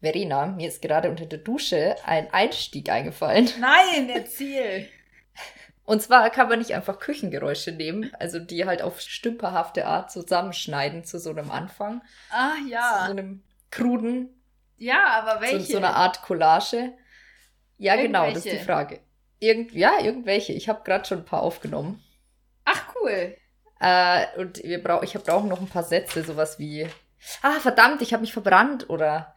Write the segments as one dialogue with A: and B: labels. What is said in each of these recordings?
A: Verena, mir ist gerade unter der Dusche ein Einstieg eingefallen.
B: Nein, erzähl.
A: Und zwar kann man nicht einfach Küchengeräusche nehmen, also die halt auf stümperhafte Art zusammenschneiden zu so einem Anfang.
B: Ah
A: Zu
B: ja.
A: so einem kruden,
B: Ja, aber
A: zu
B: welche?
A: so einer Art Collage. Ja, genau, das ist die
B: Irgendwelche.
A: Frage. Irgend, ja, irgendwelche. Ich habe gerade schon ein paar aufgenommen.
B: Ach cool.
A: Äh, und wir brauchen, ich brauche noch ein paar Sätze, sowas wie, ah, verdammt, ich habe mich verbrannt oder,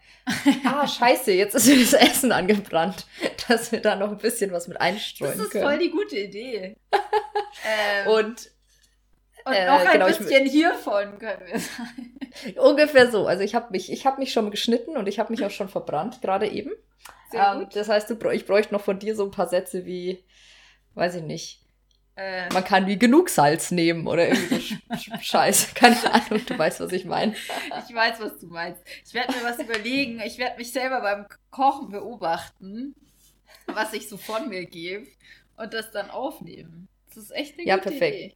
A: ah, scheiße, jetzt ist mir das Essen angebrannt, dass wir da noch ein bisschen was mit einstreuen
B: Das ist voll
A: können.
B: die gute Idee. ähm, und
A: Und äh,
B: noch ein
A: genau, ich-
B: bisschen hiervon können wir sagen.
A: ungefähr so, also ich habe mich, ich habe mich schon geschnitten und ich habe mich auch schon verbrannt, gerade eben.
B: Sehr
A: Ähm,
B: gut.
A: das heißt, du, brä- ich bräuchte noch von dir so ein paar Sätze wie, weiß ich nicht,
B: Äh,
A: man kann wie genug Salz nehmen oder irgendwie so Sch- Sch- Scheiße, keine Ahnung, du weißt, was ich meine.
B: ich weiß, was du meinst. Ich werde mir was überlegen. Ich werde mich selber beim Kochen beobachten, was ich so von mir gebe und das dann aufnehmen. Das ist echt eine
A: Ja,
B: gute
A: perfekt.
B: Idee.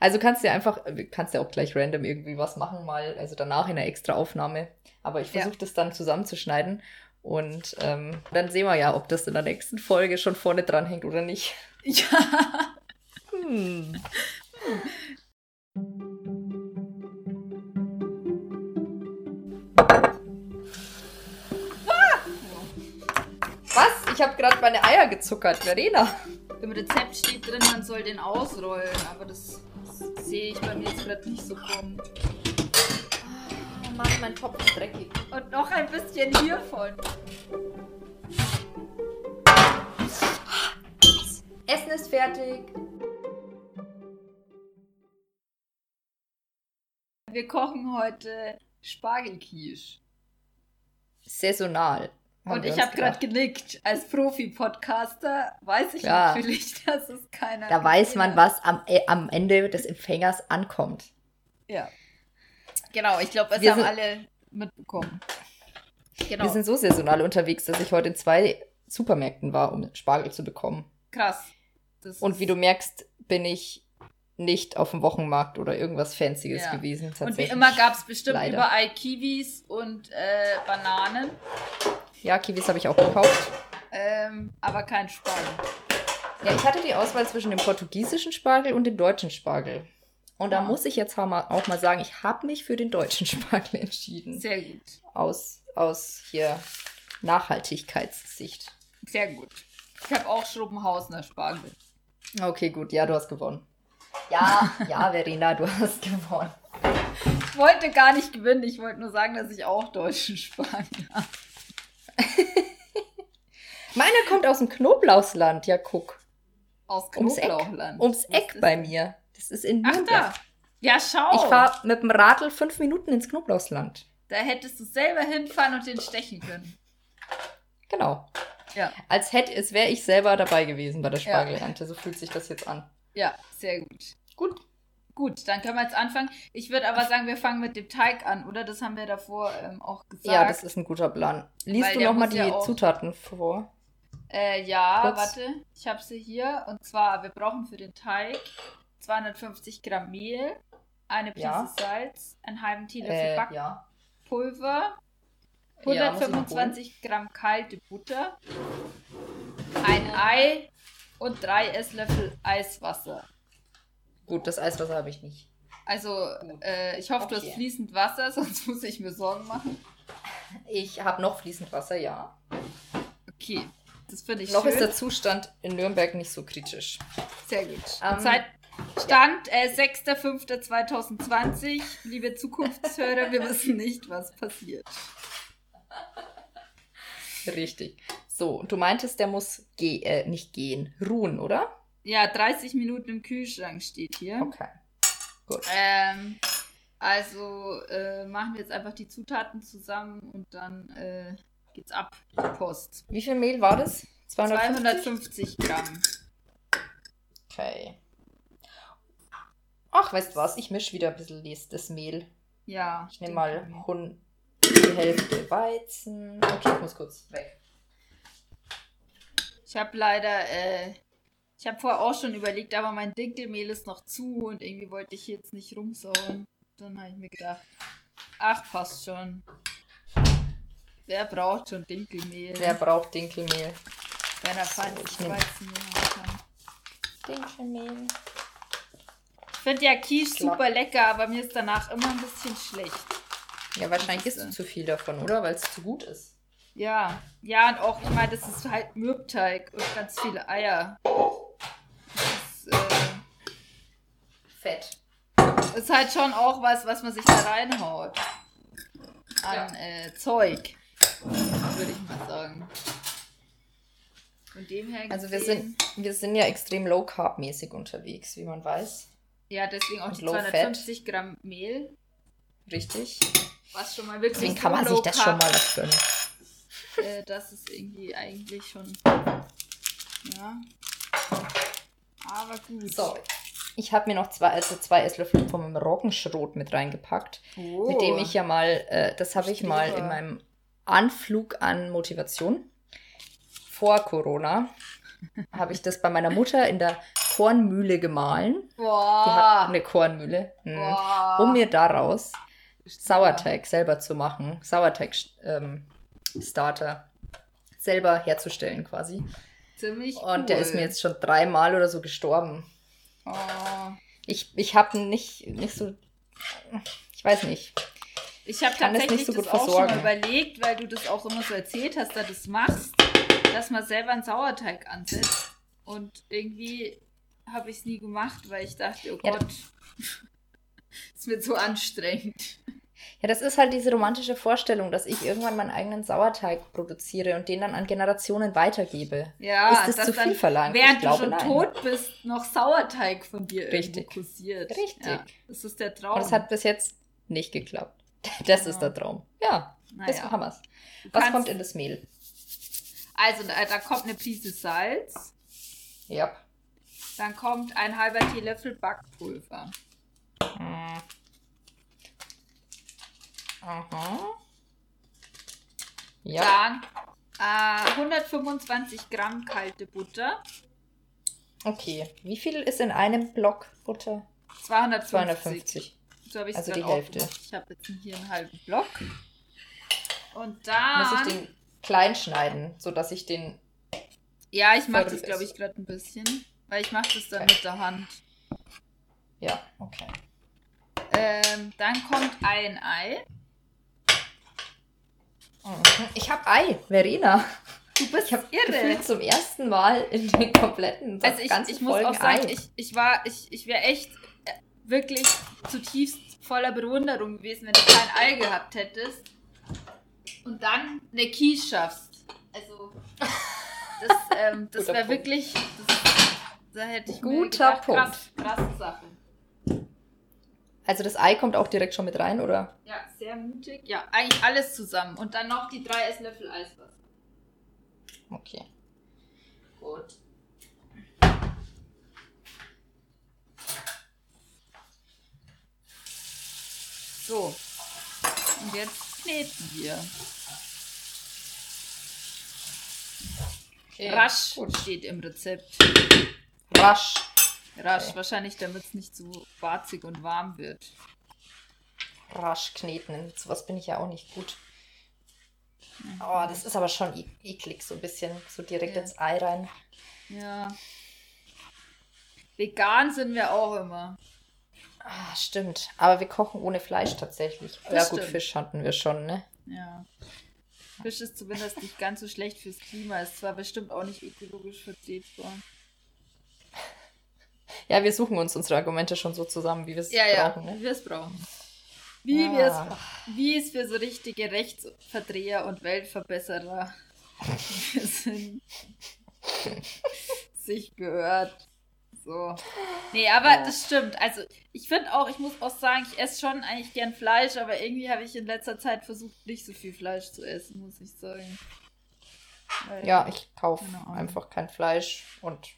A: Also kannst du ja einfach, kannst ja auch gleich random irgendwie was machen, mal, also danach in einer extra Aufnahme. Aber ich
B: Ja.
A: versuche das dann zusammenzuschneiden und ähm, dann sehen wir ja, ob das in der nächsten Folge schon vorne dran hängt oder nicht.
B: Ja.
A: Hm. Was? Ich habe gerade meine Eier gezuckert, Verena.
B: Im Rezept steht drin, man soll den ausrollen, aber das, das sehe ich bei mir jetzt gerade nicht so kommen.
A: Oh Mann, mein Topf ist dreckig.
B: Und noch ein bisschen hiervon.
A: Essen ist fertig.
B: Wir kochen heute Spargelquiche.
A: saisonal. haben
B: Und
A: wir
B: ich
A: uns
B: habe gerade
A: gedacht.
B: genickt. Als Profi-Podcaster weiß ich
A: Klar.
B: natürlich, dass es keiner.
A: Da weiß
B: gesehen
A: man,
B: hat.
A: was am, äh, am Ende des Empfängers ankommt.
B: Ja. Genau, ich glaube, das
A: Wir
B: haben
A: sind-
B: alle mitbekommen. Genau.
A: Wir sind so saisonal unterwegs, dass ich heute in zwei Supermärkten war, um Spargel zu bekommen.
B: krass. Das
A: Und wie du merkst, bin ich nicht auf dem Wochenmarkt oder irgendwas Fancyes
B: Ja.
A: gewesen.
B: und wie
A: tatsächlich.
B: immer gab es bestimmt
A: Leider.
B: überall Kiwis und äh, Bananen,
A: Ja, Kiwis habe ich auch gekauft.
B: ähm, aber kein Spargel.
A: Ja, ich hatte die Auswahl zwischen dem portugiesischen Spargel und dem deutschen Spargel. Und da
B: Ah.
A: muss ich jetzt auch mal, auch mal sagen, ich habe mich für den deutschen Spargel entschieden.
B: Sehr gut.
A: Aus, aus hier Nachhaltigkeitssicht.
B: Sehr gut. Ich habe auch Schruppenhausener Spargel.
A: Okay, gut. Ja, du hast gewonnen. Ja, ja, Verena, du hast gewonnen.
B: Ich wollte gar nicht gewinnen, ich wollte nur sagen, dass ich auch deutschen Spargel habe.
A: Meiner kommt aus dem Knoblauchsland. Ja, guck.
B: Aus
A: Ums Eck.
B: Knoblauchland.
A: Ums
B: Was
A: Eck
B: ist
A: bei
B: das?
A: mir. Das ist in
B: Ach da.
A: Nürnberg.
B: Ja, schau.
A: Ich fahre mit dem Radl fünf Minuten ins Knoblauchsland.
B: da hättest du selber hinfahren und den stechen können.
A: Genau.
B: Ja.
A: Als hätte es, wäre ich selber dabei gewesen bei der Spargelernte. So fühlt sich das jetzt an.
B: Ja, sehr gut.
A: Gut.
B: Gut, dann können wir jetzt anfangen. Ich würde aber sagen, wir fangen mit dem Teig an, oder? Das haben wir davor ähm, auch gesagt.
A: Ja, das ist ein guter Plan. Liest
B: Weil
A: du
B: der
A: nochmal
B: muss
A: die
B: ja auch-
A: Zutaten vor?
B: Äh, ja,
A: Kurz.
B: warte, ich habe sie hier. Und zwar, wir brauchen für den Teig 250 Gramm Mehl, eine Prise
A: Ja.
B: Salz, einen halben Teelöffel
A: Äh,
B: Backpulver,
A: ja. Ja, muss ich noch holen.
B: 125 Gramm kalte Butter, ein Ei und drei Esslöffel Eiswasser.
A: Gut, das Eiswasser habe ich nicht.
B: Also, äh, ich hoffe, du
A: Okay.
B: hast fließend Wasser, sonst muss ich mir Sorgen machen.
A: Ich habe noch fließend Wasser, ja.
B: Okay, das finde ich
A: noch
B: schön.
A: ist der Zustand in Nürnberg nicht so kritisch.
B: Sehr gut.
A: Ähm,
B: Zeit, Stand äh, 6.5.2020. Liebe Zukunftshörer, wir wissen nicht, was passiert.
A: Richtig. So, und du meintest, der muss ge äh, nicht gehen, ruhen, oder?
B: Ja, 30 Minuten im Kühlschrank steht hier.
A: Okay. Gut.
B: Ähm, also äh, machen wir jetzt einfach die Zutaten zusammen und dann äh, geht's ab. Post.
A: Wie viel Mehl war das? 250?
B: 250 Gramm.
A: Okay. Ach, weißt du was? Ich mische wieder ein bisschen les- das Mehl.
B: Ja.
A: Ich nehme
B: den
A: mal
B: können wir.
A: hun- die Hälfte Weizen. Okay, ich muss kurz weg.
B: Ich habe leider, äh, ich habe vorher auch schon überlegt, aber mein Dinkelmehl ist noch zu und irgendwie wollte ich jetzt nicht rumsauen. Dann habe ich mir gedacht, ach, passt schon. Wer braucht schon Dinkelmehl?
A: Wer braucht Dinkelmehl?
B: Wenn er feines
A: ich nehm-
B: Weizenmehl kann.
A: Dinkelmehl.
B: Ich finde ja Quiche
A: Klar.
B: super lecker, aber mir ist danach immer ein bisschen schlecht.
A: Ja, wahrscheinlich isst du zu viel davon, oder? Weil es zu gut ist.
B: Ja, ja, und auch, ich meine, das ist halt Mürbteig und ganz viele Eier. Das ist, äh,
A: Fett.
B: ist halt schon auch was, was man sich da reinhaut. An äh, Zeug, würde ich mal sagen. Von dem her
A: Also wir
B: gesehen-
A: sind, wir sind ja extrem low-carb-mäßig unterwegs, wie man weiß.
B: Ja, deswegen auch
A: und
B: die
A: low fat.
B: 250 Gramm Mehl,
A: Richtig.
B: was schon mal wirklich.
A: Deswegen
B: so
A: kann man sich
B: low
A: das
B: carb
A: schon mal noch gönnen.
B: äh, das ist irgendwie eigentlich schon. Ja. Aber gut.
A: So, ich habe mir noch zwei, also zwei Esslöffel von meinem Roggenschrot mit reingepackt,
B: Oh.
A: mit dem ich ja mal, äh, das habe ich mal in
B: Streber.
A: meinem Anflug an Motivation vor Corona, habe ich das bei meiner Mutter in der Kornmühle gemahlen. Die hat
B: Boah.
A: eine Kornmühle. Mhm.
B: Boah.
A: Um mir daraus Sauerteig selber zu machen, Sauerteig-Starter selber herzustellen quasi.
B: Ziemlich
A: Und
B: cool.
A: der ist mir jetzt schon dreimal oder so gestorben.
B: Oh.
A: Ich, ich habe nicht, nicht so. Ich weiß nicht.
B: Ich habe
A: kann das nicht
B: tatsächlich
A: so gut
B: das auch schon mal
A: versorgen.
B: überlegt, weil du das auch immer so erzählt hast, dass du das machst, dass man selber einen Sauerteig ansetzt. Und irgendwie habe ich es nie gemacht, weil ich dachte, oh
A: Ja,
B: Gott, es wird so anstrengend.
A: Ja, das ist halt diese romantische Vorstellung, dass ich irgendwann meinen eigenen Sauerteig produziere und den dann an Generationen weitergebe.
B: Ja,
A: ist das
B: dass
A: zu viel
B: dann,
A: verlangt?
B: während
A: ich glaube,
B: du schon
A: nein.
B: tot bist, noch Sauerteig von dir irgendwo
A: Richtig.
B: kursiert.
A: Richtig.
B: Ja, das ist der Traum.
A: Und es hat bis jetzt nicht geklappt. Das ist
B: Ja.
A: der Traum. Ja, das
B: naja.
A: haben wir's.
B: Du
A: Was
B: kannst-
A: kommt in das Mehl?
B: Also, da, da kommt eine Prise Salz.
A: Ja.
B: Dann kommt ein halber Teelöffel Backpulver.
A: Mhm. Aha. Ja.
B: Dann äh, 125 Gramm kalte Butter.
A: Okay. Wie viel ist in einem Block Butter?
B: 250.
A: 250.
B: So habe ich
A: Also die Hälfte.
B: Ich habe jetzt hier einen halben Block. Und
A: Muss
B: dann.
A: ich den klein schneiden, sodass ich den.
B: ja, ich mache
A: Voll
B: das,
A: gut
B: glaube
A: ist.
B: ich, gerade ein bisschen. Weil ich mache das dann
A: Okay.
B: mit der Hand.
A: Ja, okay.
B: Ähm, dann kommt ein Ei.
A: Mhm. Ich habe Ei, Verena.
B: Du bist
A: Ich habe
B: irre.
A: gefühlt zum ersten Mal in den kompletten
B: Also ich,
A: ganzen
B: ich muss
A: Folgen
B: auch sagen,
A: Ei.
B: ich, ich war, ich, ich wäre echt äh, wirklich zutiefst voller Bewunderung gewesen, wenn du kein Ei gehabt hättest und dann eine Quiche schaffst. Also das, ähm, das
A: Guter
B: wäre
A: Punkt.
B: wirklich, das, da hätte ich mir
A: Guter
B: gedacht, krass, krasse Sache.
A: also das Ei kommt auch direkt schon mit rein, oder?
B: Ja, sehr mutig. Ja, eigentlich alles zusammen und dann noch die drei Esslöffel Eiswasser.
A: Okay.
B: Gut. So. Und jetzt kneten wir.
A: okay.
B: Rasch
A: Gut.
B: steht im Rezept.
A: Rasch.
B: Rasch,
A: Okay.
B: wahrscheinlich damit es nicht so warzig und warm wird.
A: Rasch kneten. So was bin ich ja auch nicht gut. Oh, das ist aber schon e eklig, so ein bisschen. So direkt
B: Mhm. Ja.
A: ins Ei rein.
B: Ja. Vegan sind wir auch immer.
A: Ah, stimmt. Aber wir kochen ohne Fleisch tatsächlich.
B: Das
A: ja, gut,
B: stimmt.
A: Fisch hatten wir schon, ne?
B: Ja. Fisch ist zumindest nicht ganz so schlecht fürs Klima. Ist zwar bestimmt auch nicht ökologisch vertretbar.
A: Ja, wir suchen uns unsere Argumente schon so zusammen, wie wir es
B: Ja, ja,
A: brauchen, ne?
B: wie wir es brauchen. Wie
A: Ah.
B: wir es bra- wie es für so richtige Rechtsverdreher und Weltverbesserer sind, sich gehört. So. Nee, aber
A: Ja.
B: das stimmt. Also, ich finde auch, ich muss auch sagen, ich esse schon eigentlich gern Fleisch, aber irgendwie habe ich in letzter Zeit versucht, nicht so viel Fleisch zu essen, muss ich sagen. Weil-
A: Ja, ich kaufe
B: Keine Ahnung.
A: einfach kein Fleisch und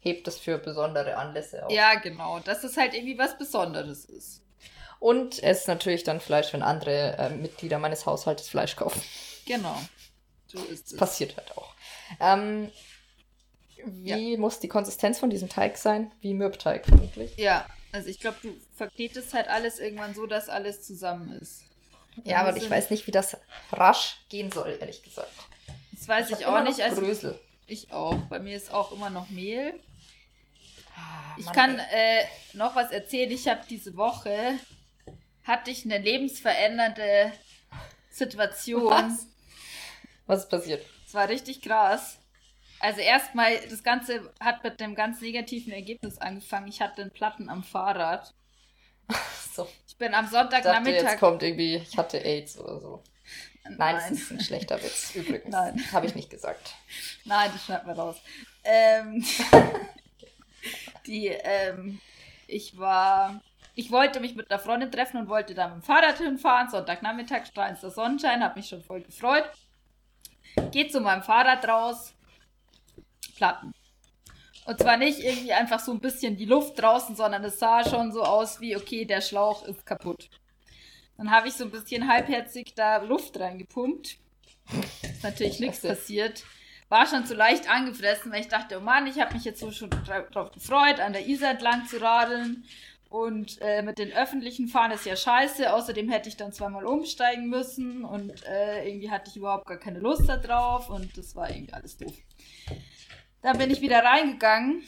A: heb das für besondere Anlässe auf.
B: Ja, genau. Dass es halt irgendwie was Besonderes ist.
A: Und esse natürlich dann Fleisch, wenn andere äh, Mitglieder meines Haushaltes Fleisch kaufen.
B: Genau. So ist es.
A: Das passiert halt auch. Ähm, wie muss die Konsistenz von diesem Teig sein? Wie Mürbteig vermutlich.
B: Ja, also ich glaube, du verknetest halt alles irgendwann so, dass alles zusammen ist.
A: Ja, aber ich weiß nicht, wie das rasch gehen soll, ehrlich gesagt.
B: Das weiß ich,
A: hab
B: auch
A: immer noch
B: nicht. Also
A: Brösel.
B: ich auch. Bei mir ist auch immer noch Mehl.
A: Ah,
B: Ich
A: Mann,
B: kann
A: ey.
B: äh, noch was erzählen. Ich habe diese Woche hatte ich eine lebensverändernde Situation.
A: Was? Was ist passiert?
B: Es war richtig krass. Also erstmal, das Ganze hat mit einem ganz negativen Ergebnis angefangen. Ich hatte einen Platten am Fahrrad.
A: So,
B: Ich bin am
A: ich dachte, jetzt
B: Sonntagnachmittag.
A: kommt irgendwie, ich hatte Aids oder so. Nein, das
B: Nein,
A: ist ein schlechter Witz, übrigens.
B: Nein.
A: Habe ich nicht gesagt.
B: nein, das schneiden wir raus. Ähm, die, ähm, ich war, ich wollte mich mit einer Freundin treffen und wollte da mit dem Fahrrad hinfahren. Sonntagnachmittag, strahlendster Sonnenschein, habe mich schon voll gefreut. Geh zu meinem Fahrrad raus. Platten. Und zwar nicht irgendwie einfach so ein bisschen die Luft draußen, sondern es sah schon so aus wie, okay, der Schlauch ist kaputt. Dann habe ich so ein bisschen halbherzig da Luft reingepumpt. Ist natürlich nichts
A: Scheiße.
B: passiert. War schon zu leicht angefressen, weil ich dachte, oh Mann, ich habe mich jetzt so schon dra- drauf gefreut, an der Isar entlang zu radeln. Und äh, mit den öffentlichen Fahren ist ja scheiße. Außerdem hätte ich dann zweimal umsteigen müssen und äh, irgendwie hatte ich überhaupt gar keine Lust da drauf und das war irgendwie alles doof. Dann bin ich wieder reingegangen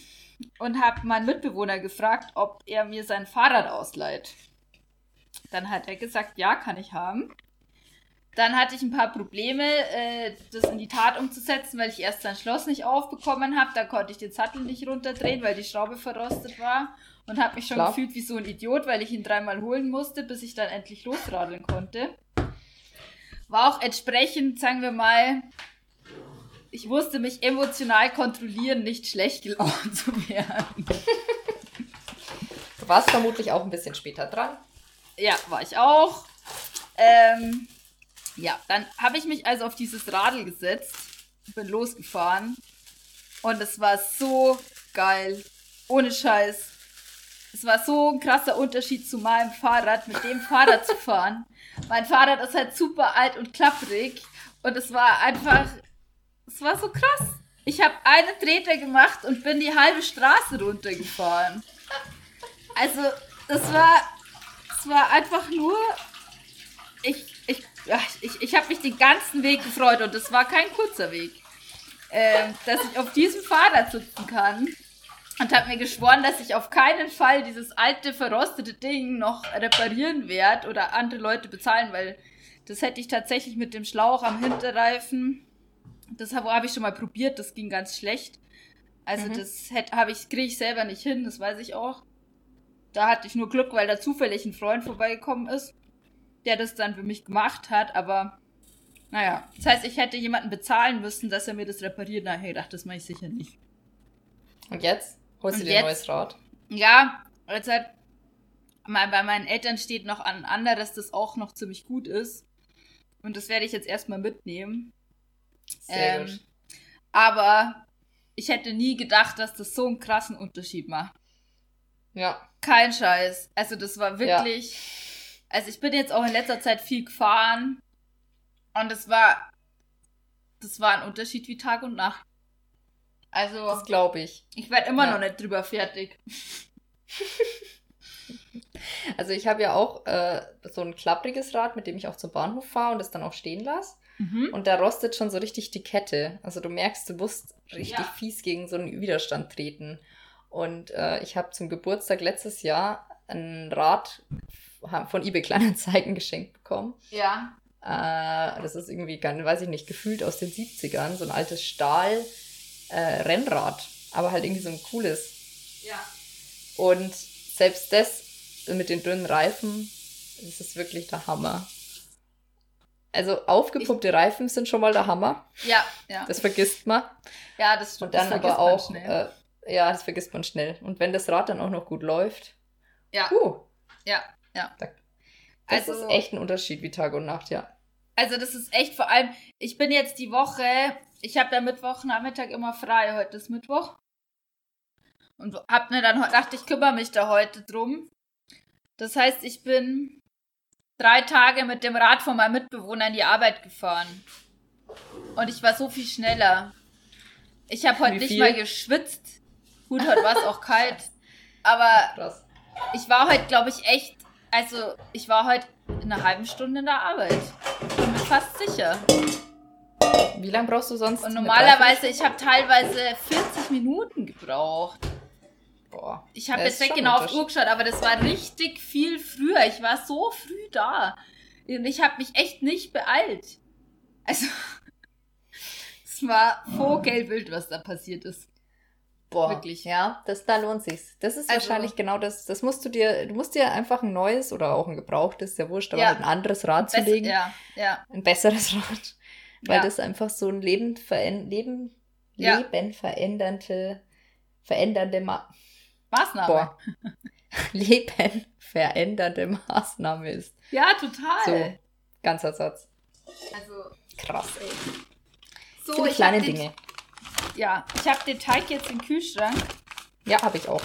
B: und habe meinen Mitbewohner gefragt, ob er mir sein Fahrrad ausleiht. Dann hat er gesagt, ja, kann ich haben. Dann hatte ich ein paar Probleme, äh, das in die Tat umzusetzen, weil ich erst sein Schloss nicht aufbekommen habe. Da konnte ich den Sattel nicht runterdrehen, weil die Schraube verrostet war. Und habe mich schon
A: Klar.
B: gefühlt wie so ein Idiot, weil ich ihn dreimal holen musste, bis ich dann endlich losradeln konnte. War auch entsprechend, sagen wir mal, ich musste mich emotional kontrollieren, nicht schlecht gelaunt zu werden.
A: Du warst vermutlich auch ein bisschen später dran.
B: Ja, war ich auch. Ähm, ja, dann habe ich mich also auf dieses Radl gesetzt, bin losgefahren und es war so geil. Ohne Scheiß. Es war so ein krasser Unterschied zu meinem Fahrrad, mit dem Fahrrad zu fahren. Mein Fahrrad ist halt super alt und klapprig und es war einfach, es war so krass. Ich habe eine Trete gemacht und bin die halbe Straße runtergefahren. Also, das war es war einfach nur. Ich, ich, ja, ich, ich habe mich den ganzen Weg gefreut und es war kein kurzer Weg, ähm, dass ich auf diesem Fahrrad sitzen kann. Und habe mir geschworen, dass ich auf keinen Fall dieses alte, verrostete Ding noch reparieren werde oder andere Leute bezahlen, weil das hätte ich tatsächlich mit dem Schlauch am Hinterreifen. Das habe hab ich schon mal probiert, das ging ganz schlecht. Also
A: Mhm.
B: das hätte- habe ich, kriege ich selber nicht hin, das weiß ich auch. Da hatte ich nur Glück, weil da zufällig ein Freund vorbeigekommen ist, der das dann für mich gemacht hat, aber naja. Das heißt, ich hätte jemanden bezahlen müssen, dass er mir das repariert. Na, ich hab gedacht, das mache ich sicher nicht.
A: Und jetzt holst du
B: Und
A: dir
B: jetzt?
A: ein neues Rad.
B: Ja, jetzt halt, mein- bei meinen Eltern steht noch an anderes, das auch noch ziemlich gut ist. Und das werde ich jetzt erstmal mitnehmen.
A: Sehr
B: Ähm,
A: gut.
B: Aber ich hätte nie gedacht, dass das so einen krassen Unterschied macht.
A: Ja.
B: Kein Scheiß. Also das war wirklich. Also ich bin jetzt auch in letzter Zeit viel gefahren und das war das war ein Unterschied wie Tag und Nacht. Also
A: Das glaube ich.
B: ich werde immer
A: Ja.
B: noch nicht drüber fertig.
A: Also ich habe ja auch äh, so ein klappriges Rad, mit dem ich auch zum Bahnhof fahre und es dann auch stehen lasse. Und da rostet schon so richtig die Kette. Also du merkst, du musst richtig
B: Ja.
A: fies gegen so einen Widerstand treten. Und äh, ich habe zum Geburtstag letztes Jahr ein Rad von eBay Kleinanzeigen geschenkt bekommen.
B: Ja.
A: Äh, das ist irgendwie, ganz, weiß ich nicht, gefühlt aus den 70ern, so ein altes Stahl-Rennrad, aber halt irgendwie so ein cooles.
B: Ja.
A: Und selbst das mit den dünnen Reifen, das ist wirklich der Hammer. Also aufgepumpte Reifen sind schon mal der Hammer,
B: Ja, ja.
A: das vergisst man.
B: ja, das stimmt.
A: Und dann
B: das vergisst
A: aber
B: man
A: auch,
B: schnell.
A: äh, ja, das vergisst man schnell. Und wenn das Rad dann auch noch gut läuft,
B: Ja.
A: huh,
B: ja, ja.
A: da- das
B: Also-
A: ist echt ein Unterschied wie Tag und Nacht, ja.
B: Also das ist echt vor allem, ich bin jetzt die Woche, ich habe ja Mittwochnachmittag immer frei, heute ist Mittwoch. Und hab mir dann gedacht, ich kümmere mich da heute drum. Das heißt, ich bin drei Tage mit dem Rad von meinem Mitbewohner in die Arbeit gefahren. Und ich war so viel schneller. Ich habe heute
A: Wie
B: nicht
A: viel?
B: mal geschwitzt. Gut, heute war es auch kalt. Aber
A: Krass.
B: ich war heute, glaube ich, echt Also, ich war heute eine halbe Stunde in der Arbeit. Bin mir fast sicher.
A: Wie lange brauchst du sonst?
B: Und
A: eine
B: normalerweise, ich habe teilweise 40 Minuten gebraucht.
A: Dreiviertel- Boah.
B: Ich habe
A: Das
B: jetzt
A: ist
B: nicht
A: schon
B: genau auf
A: Unterschied.
B: die Uhr geschaut, aber das war richtig viel früher. Ich war so früh da. Und ich habe mich echt nicht beeilt. Also, es war
A: Ah.
B: vogelwild, was da passiert ist.
A: Boah.
B: Wirklich.
A: Ja, das, da lohnt sich's. Das ist
B: Also-
A: wahrscheinlich genau das. Das musst du dir, du musst dir einfach ein neues oder auch ein gebrauchtes, ist ja wurscht, aber
B: Ja.
A: halt ein anderes Rad
B: Bess-
A: zulegen.
B: ja, ja.
A: Ein besseres Rad. Weil
B: ja.
A: das einfach so ein Leben, veränd Leben,
B: Ja.
A: Leben verändernde, verändernde Ma
B: Maßnahme.
A: Boah. Leben verändernde Maßnahme ist.
B: Ja, total.
A: So, ganzer Satz.
B: Also,
A: Krass.
B: ey.
A: So,
B: so
A: Sind
B: ich
A: kleine
B: hab den-
A: Dinge.
B: Ja, ich habe den Teig jetzt im Kühlschrank
A: Ja, habe ich auch.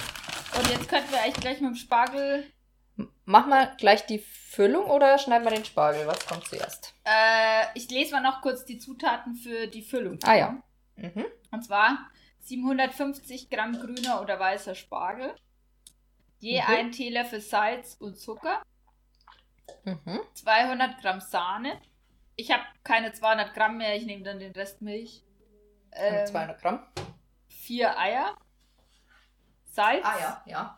B: und jetzt könnten wir eigentlich gleich mit dem Spargel.
A: M- Mach mal gleich die Füllung oder schneid mal den Spargel. Was kommt zuerst?
B: Äh, ich lese mal noch kurz die Zutaten für die Füllung.
A: Ah ja. Mhm.
B: Und zwar 750 Gramm grüner oder weißer Spargel, je
A: Mhm.
B: ein Teelöffel Salz und Zucker,
A: Mhm.
B: 200 Gramm Sahne. Ich habe keine 200 Gramm mehr, ich nehme dann den Rest Milch.
A: Also
B: Ähm,
A: 200 Gramm.
B: Vier Eier, Salz,
A: Ah, ja.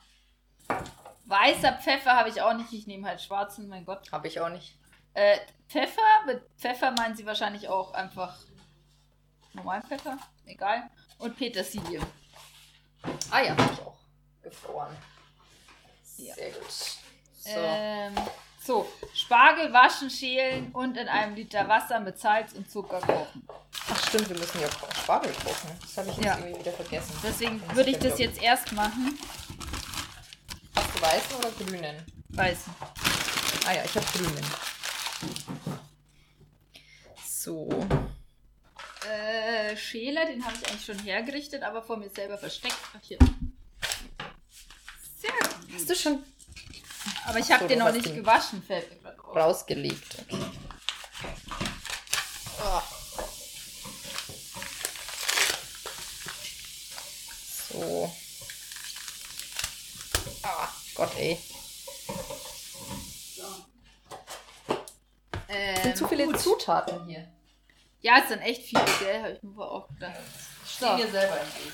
B: weißer Pfeffer habe ich auch nicht, ich nehme halt schwarzen, mein Gott.
A: Habe ich auch nicht.
B: Äh, Pfeffer, mit Pfeffer meinen sie wahrscheinlich auch einfach normalen Pfeffer, egal. Und Petersilie.
A: Ah ja, habe ich auch. Gefroren.
B: Ja.
A: Sehr gut. So.
B: Ähm, so, Spargel waschen, schälen und in einem Liter Wasser mit Salz und Zucker kochen.
A: Ach stimmt, wir müssen ja ko- Spargel kochen. Das habe ich jetzt
B: Ja.
A: irgendwie wieder vergessen.
B: Deswegen
A: Dann
B: würde ich
A: können
B: das
A: wir-
B: jetzt erst machen.
A: Hast du weißen oder grünen?
B: Weiß. nicht.
A: Ah ja, ich habe grünen. So.
B: Äh, Schäler, den habe ich eigentlich schon hergerichtet, aber vor mir selber versteckt. Ach, hier. Sehr
A: Hast
B: gut.
A: du schon
B: Aber ich
A: Ach so,
B: habe den
A: du
B: noch
A: hast
B: nicht
A: den-
B: gewaschen, fällt mir gerade auf.
A: rausgelegt? Okay. Ah. So. Ah, Gott, ey.
B: Ähm,
A: sind zu viele
B: gut.
A: Zutaten hier.
B: Ja, es sind echt viele, gell? Habe ich mir wohl auch gedacht.
A: Steh dir selber im Weg.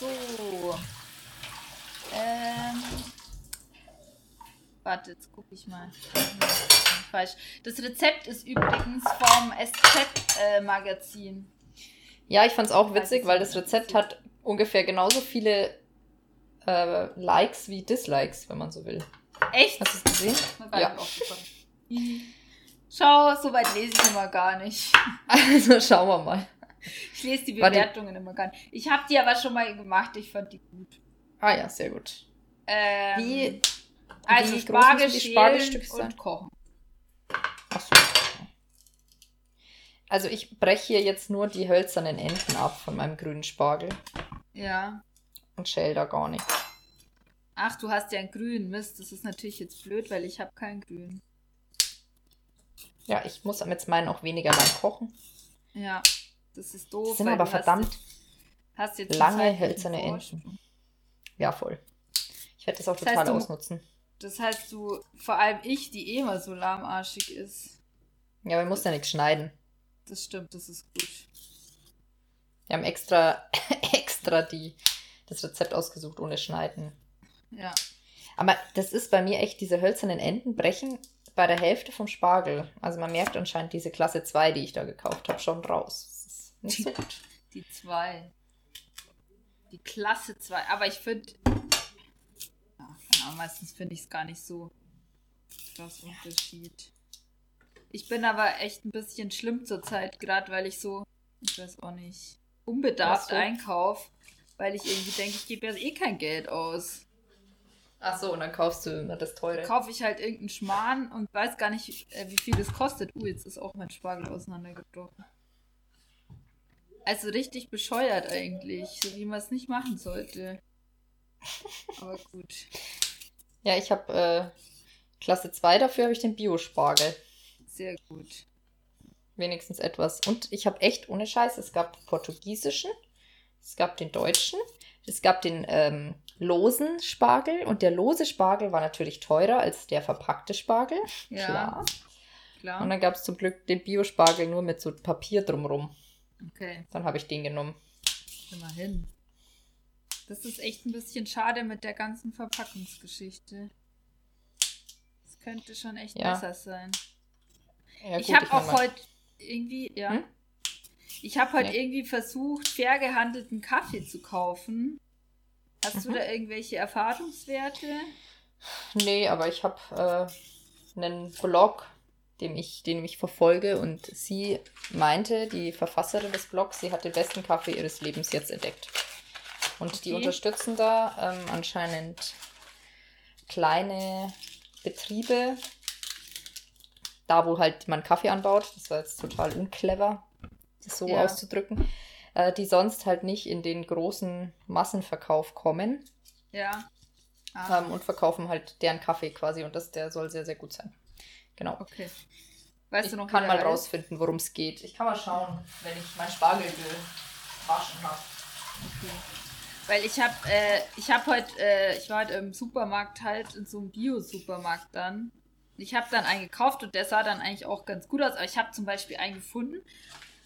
B: So. Ähm. Warte, jetzt gucke ich mal. Falsch. Das Rezept ist übrigens vom äh, SZ-Magazin.
A: Ja, ich fand es auch
B: Weiß
A: witzig,
B: ich
A: weil
B: nicht.
A: das Rezept hat ungefähr genauso viele äh, Likes wie Dislikes, wenn man so will.
B: Echt?
A: Hast du es gesehen?
B: Ist mir gar
A: Ja.
B: nicht aufgefallen. Schau, so weit lese ich immer gar nicht.
A: Also schauen wir mal.
B: Ich lese die
A: Warte.
B: Bewertungen immer gar nicht. Ich habe die aber schon mal gemacht, ich fand die gut.
A: Ah ja, sehr gut.
B: Ähm,
A: Wie,
B: also
A: wie groß
B: Spargel
A: müssen die
B: schälen
A: Spargelstücke sein?
B: und kochen.
A: ach so. Also ich breche hier jetzt nur die hölzernen Enden ab von meinem grünen Spargel
B: Ja.
A: und schäle da gar nichts.
B: Ach, du hast ja ein Grün. Mist, das ist natürlich jetzt blöd, weil ich habe kein Grün.
A: Ja, ich muss jetzt meinen auch weniger lang kochen.
B: Ja, das ist doof.
A: Das sind
B: weil
A: aber
B: du
A: verdammt
B: Hast, hast jetzt
A: lange,
B: einen zeitlichen
A: hölzerne
B: Vorsprung.
A: Enden. Ja, voll. Ich werde das auch
B: Das heißt,
A: total
B: du-
A: ausnutzen.
B: Das heißt, du, vor allem ich, die eh immer so lahmarschig ist.
A: Ja, man muss ja nichts schneiden.
B: Das stimmt, das ist gut.
A: Wir haben extra, extra die, das Rezept ausgesucht ohne Schneiden.
B: Ja.
A: Aber das ist bei mir echt, diese hölzernen Enden brechen bei der Hälfte vom Spargel. Also man merkt anscheinend diese Klasse 2, die ich da gekauft habe, schon raus. Das ist nicht so gut.
B: Die zwei. Die Klasse zwei. Aber ich finde. Ja, keine Ahnung, meistens finde ich es gar nicht so. Das Unterschied. Ich bin aber echt ein bisschen schlimm zurzeit, gerade weil ich so, ich weiß auch nicht, unbedarft
A: Ach so.
B: einkauf, weil ich irgendwie denke, ich gebe ja eh kein Geld aus.
A: Ach so, und dann kaufst du immer das teure.
B: kaufe ich halt irgendeinen Schmarrn und weiß gar nicht, äh, wie viel das kostet. Uh, jetzt ist auch mein Spargel auseinandergebrochen. Also richtig bescheuert eigentlich, so wie man es nicht machen sollte. Aber gut.
A: Ja, ich habe äh, Klasse 2, dafür habe ich den Bio-Spargel.
B: Sehr gut.
A: Wenigstens etwas. Und ich habe echt ohne Scheiß, es gab portugiesischen, es gab den deutschen, es gab den ähm, losen Spargel und der lose Spargel war natürlich teurer als der verpackte Spargel.
B: Ja,
A: Klar.
B: klar.
A: Und dann gab es zum Glück den Biospargel nur mit so Papier drumrum.
B: okay,
A: Dann habe ich den genommen.
B: immerhin. Das ist echt ein bisschen schade mit der ganzen Verpackungsgeschichte. Das könnte schon echt
A: Ja.
B: besser sein.
A: Ja,
B: ich habe
A: mein,
B: auch
A: man-
B: heute irgendwie, ja.
A: Hm?
B: Ich habe heute
A: Ja.
B: irgendwie versucht, fair gehandelten Kaffee zu kaufen. Hast du
A: Mhm.
B: da irgendwelche Erfahrungswerte?
A: Nee, aber ich habe äh, einen Blog, dem ich, den ich verfolge und sie meinte, die Verfasserin des Blogs, sie hat den besten Kaffee ihres Lebens jetzt entdeckt. Und die
B: Okay.
A: unterstützen da ähm, anscheinend kleine Betriebe, da wo halt man Kaffee anbaut. Das war jetzt total unclever, das so
B: Ja.
A: auszudrücken. Äh, die sonst halt nicht in den großen Massenverkauf kommen
B: Ja. Ah,
A: ähm, und verkaufen halt deren Kaffee quasi und das, der soll sehr, sehr gut sein. Genau.
B: okay. Weißt
A: ich
B: du noch, wie
A: kann
B: der
A: mal
B: heißt?
A: rausfinden, worum es geht. Ich kann mal schauen, wenn ich mein Spargel gewaschen habe.
B: Okay. Weil ich habe, äh, ich habe heute, äh, ich war heute im Supermarkt halt, in so einem Bio-Supermarkt dann. Ich habe dann einen gekauft und der sah dann eigentlich auch ganz gut aus. Aber ich habe zum Beispiel einen gefunden,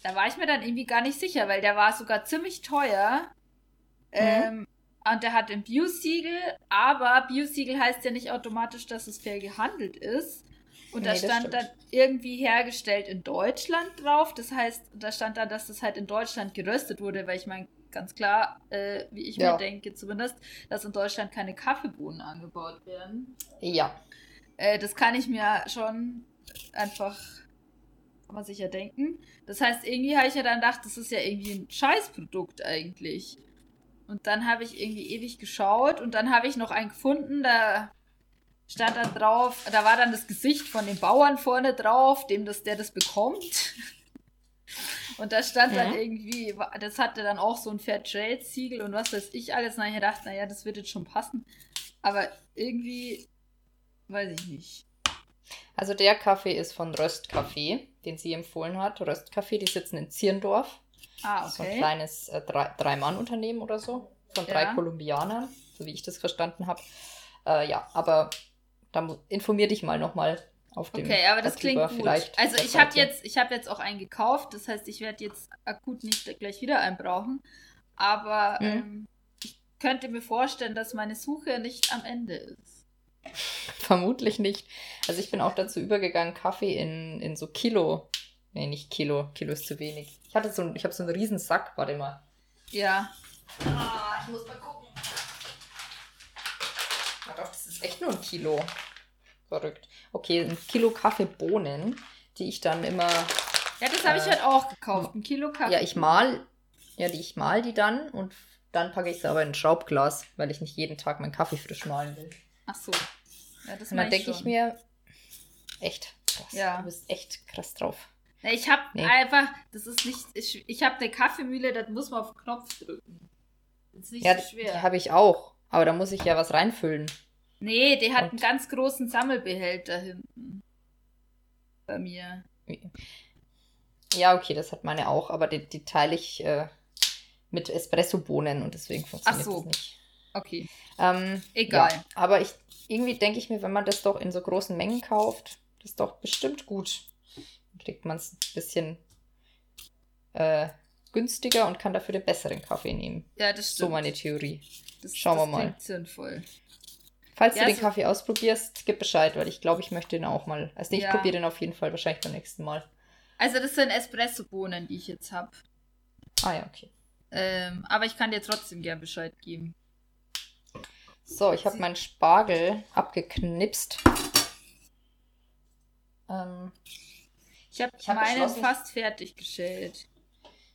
B: da war ich mir dann irgendwie gar nicht sicher, weil der war sogar ziemlich teuer.
A: Mhm.
B: Ähm, und der hat ein Bio-Siegel, aber Bio-Siegel heißt ja nicht automatisch, dass es fair gehandelt ist. Und da
A: Nee, das
B: stand
A: stimmt.
B: dann irgendwie hergestellt in Deutschland drauf. Das heißt, da stand dann, dass das halt in Deutschland geröstet wurde, weil ich meine, ganz klar, äh, wie ich
A: Ja.
B: mir denke zumindest, dass in Deutschland keine Kaffeebohnen angebaut werden.
A: Ja.
B: Äh, das kann ich mir schon einfach, kann man sich ja denken. Das heißt, irgendwie habe ich ja dann gedacht, das ist ja irgendwie ein Scheißprodukt eigentlich. Und dann habe ich irgendwie ewig geschaut und dann habe ich noch einen gefunden, da stand dann drauf, da war dann das Gesicht von dem Bauern vorne drauf, dem das, der das bekommt. Und da stand dann
A: Mhm.
B: irgendwie, wa- das hatte dann auch so ein Fairtrade-Siegel und was weiß ich alles. Na, ich dachte, naja, das wird jetzt schon passen. Aber irgendwie, weiß ich nicht.
A: Also der Kaffee ist von Röstkaffee, den sie empfohlen hat. Röstkaffee, die sitzen in Zirndorf.
B: Ah,
A: Das ist So ein
B: okay.
A: kleines äh, Drei- Drei-Mann-Unternehmen oder so. Von drei
B: Ja.
A: Kolumbianern, so wie ich das verstanden habe. Äh, ja, aber da mu- informier dich mal nochmal auf dem
B: Okay, aber das klingt
A: darüber
B: gut.
A: vielleicht.
B: also
A: auf der
B: ich habe
A: Seite.
B: jetzt, ich habe jetzt auch einen gekauft, das heißt, ich werde jetzt akut nicht gleich wieder einen brauchen. Aber
A: Mhm.
B: ähm, ich könnte mir vorstellen, dass meine Suche nicht am Ende ist.
A: Vermutlich nicht. Also ich bin auch dazu übergegangen, Kaffee in, in so Kilo. Nee, nicht Kilo. Kilo ist zu wenig. Ich hatte so ein, ich habe so einen riesen Sack, warte mal.
B: Ja,
A: Ah, ich muss mal gucken. Ah, doch, das ist echt nur ein Kilo. Verrückt. Okay, ein Kilo Kaffeebohnen, die ich dann immer,
B: ja das habe ich
A: Äh,
B: heute auch gekauft, ein Kilo Kaffee.
A: ja, ich mal, ja, die ich mal die dann und dann packe ich sie aber in ein Schraubglas, weil ich nicht jeden Tag meinen Kaffee frisch mahlen will.
B: Ach so. Ja, das
A: Und dann
B: meine
A: denke ich
B: schon.
A: mir, echt, krass,
B: Ja.
A: du bist echt krass drauf.
B: Na, Ich habe
A: Nee.
B: einfach, das ist nicht, ich, ich habe eine Kaffeemühle, das muss man auf den Knopf drücken. Das ist nicht
A: Ja,
B: so schwer.
A: die habe ich auch. Aber da muss ich ja was reinfüllen.
B: Nee, die hat
A: Und-
B: einen ganz großen Sammelbehälter hinten. Bei mir.
A: Ja, okay, das hat meine auch, aber die, die teile ich äh, mit Espressobohnen und deswegen funktioniert
B: so.
A: das nicht.
B: Okay.
A: Ähm,
B: Egal.
A: Ja, aber ich, irgendwie denke ich mir, wenn man das doch in so großen Mengen kauft, das ist doch bestimmt gut. Dann kriegt man es ein bisschen äh, günstiger und kann dafür den besseren Kaffee nehmen.
B: Ja, das
A: So
B: stimmt.
A: meine Theorie.
B: das,
A: Schauen
B: das
A: wir mal.
B: klingt sinnvoll.
A: Falls
B: Ja, also
A: du den
B: so-
A: Kaffee ausprobierst, gib Bescheid, weil ich glaube, ich möchte den auch mal. Also ich
B: Ja.
A: probiere den auf jeden Fall wahrscheinlich beim nächsten Mal.
B: Also das sind Espresso-Bohnen, die ich jetzt habe.
A: Ah ja, okay.
B: Ähm, aber ich kann dir trotzdem gern Bescheid geben.
A: So, ich habe meinen Spargel abgeknipst. Ähm,
B: Ich habe
A: Ich hab
B: meinen
A: beschlossen-
B: fast fertig geschält.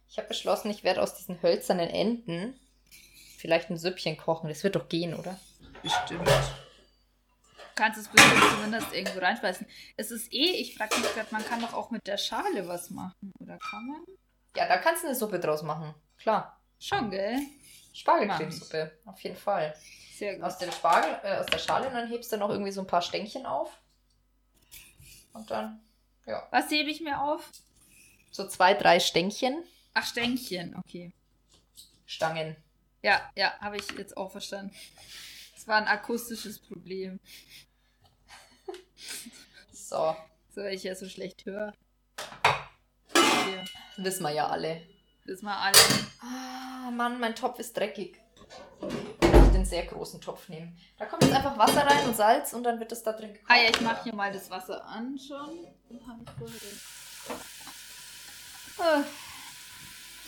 A: ich habe beschlossen, ich werde aus diesen hölzernen Enden vielleicht ein Süppchen kochen. Das wird doch gehen, oder?
B: Bestimmt. Du kannst es bestimmt zumindest irgendwo reinschmeißen. Es ist eh, ich frage mich gerade, man kann doch auch mit der Schale was machen, oder kann man?
A: Ja, da kannst du eine Suppe draus machen. Klar.
B: Schon, gell?
A: Spargelcremesuppe, auf jeden Fall.
B: Sehr gut.
A: Aus dem Spargel, äh, aus der Schale und dann hebst du noch irgendwie so ein paar Stängchen auf. Und dann, ja,
B: Was hebe ich mir auf?
A: so zwei, drei Stängchen,
B: Ach, Stängchen, okay.
A: Stangen.
B: Ja, ja, habe ich jetzt auch verstanden. Es war ein akustisches Problem,
A: So,
B: so weil ich ja so schlecht höre. Hier,
A: das wissen wir ja alle.
B: das mal alle.
A: Ah, Mann, mein Topf ist dreckig. Ich muss den sehr großen Topf nehmen. Da kommt jetzt einfach Wasser rein und Salz und dann wird das da drin gekocht.
B: Ah ja, ich mache hier mal das Wasser an schon. Dann habe ich vorher den. Ah.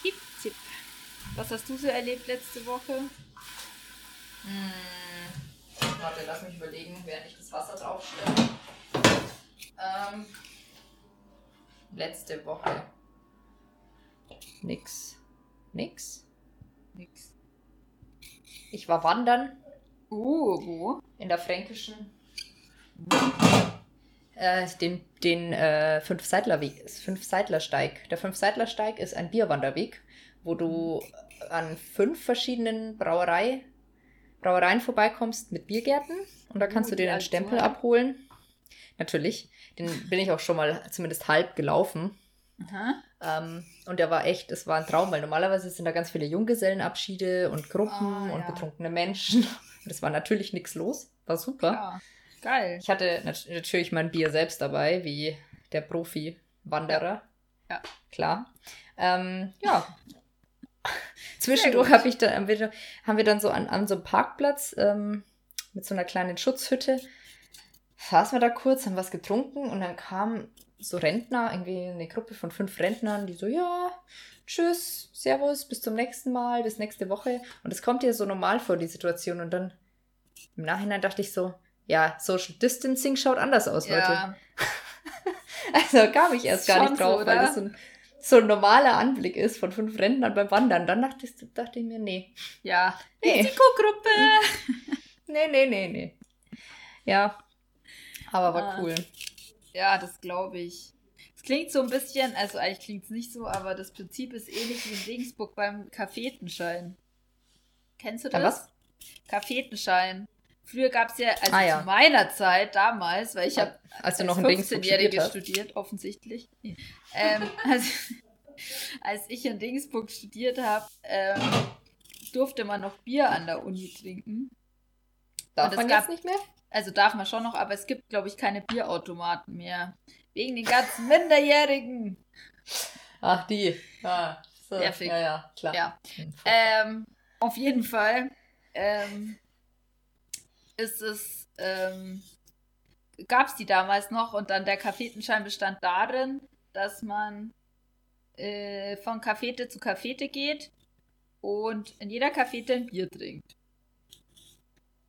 B: Tipp, tipp. Was hast du so erlebt letzte Woche?
A: Hm, Warte, lass mich überlegen, während ich das Wasser draufstelle. Ähm, letzte Woche. Nix. Nix?
B: Nix.
A: Ich war wandern
B: Uh, wo?
A: in der Fränkischen. Äh, den den äh, Fünf-Seidler-Weg, ist Fünf-Seidler-Steig. Der Fünf-Seidler-Steig ist ein Bierwanderweg, wo du an fünf verschiedenen Brauerei, Brauereien vorbeikommst mit Biergärten und da kannst
B: Uh,
A: du dir
B: die
A: den
B: alte
A: Stempel
B: Uhr.
A: abholen. Natürlich, den bin ich auch schon mal zumindest halb gelaufen.
B: Aha.
A: Ähm, und der war echt, es war ein Traum, weil normalerweise sind da ganz viele Junggesellenabschiede und Gruppen
B: Ah,
A: und
B: ja.
A: betrunkene Menschen. Und es war natürlich nichts los, war super.
B: Ja. Geil.
A: Ich hatte nat natürlich mein Bier selbst dabei, wie der Profi-Wanderer.
B: Ja.
A: Klar. Ähm, ja.
B: Sehr
A: Zwischendurch
B: gut.
A: hab ich dann, haben, wir, haben wir dann so an, an so einem Parkplatz ähm, mit so einer kleinen Schutzhütte, saßen wir da kurz, haben was getrunken und dann kamen so Rentner, irgendwie eine Gruppe von fünf Rentnern, die so, ja, tschüss, servus, bis zum nächsten Mal, bis nächste Woche. Und es kommt dir so normal vor, die Situation. Und dann im Nachhinein dachte ich so, ja, Social Distancing schaut anders aus, Leute.
B: Ja.
A: Also kam ich erst gar
B: Schon
A: nicht
B: so,
A: drauf, weil
B: oder?
A: das so ein, so ein normaler Anblick ist von fünf Rentnern beim Wandern. Dann dachte ich, dachte ich mir, nee,
B: ja.
A: Nee.
B: Risikogruppe.
A: nee, nee, nee, nee. Ja, aber war
B: Ah.
A: cool.
B: Ja, das glaube ich. Es klingt so ein bisschen, also eigentlich klingt es nicht so, aber das Prinzip ist ähnlich wie in Regensburg beim Kaffeetenschein. Kennst du
A: Beim
B: das? Kaffeetenschein. Früher gab es ja, also
A: Ah, ja.
B: zu meiner Zeit damals, weil ich habe
A: Als du
B: als
A: noch in Regensburg
B: 15-Jährige
A: studiert hast.
B: studiert, offensichtlich. Nee. ähm, also, als ich in Regensburg studiert habe, ähm, durfte man noch Bier an der Uni trinken.
A: Darf
B: Und es
A: man
B: gab-
A: jetzt nicht mehr?
B: Also darf man schon noch, aber es gibt, glaube ich, keine Bierautomaten mehr. Wegen den ganzen Minderjährigen. Ah,
A: Ach, die. Ja, so.
B: Nervig.
A: ja, ja, klar.
B: Ja.
A: Hm,
B: Ähm, auf jeden Fall ähm, ist es, ähm, gab es die damals noch und dann der Kaffeetenschein bestand darin, dass man äh, von Kaffete zu Kaffete geht und in jeder Kaffete ein Bier trinkt.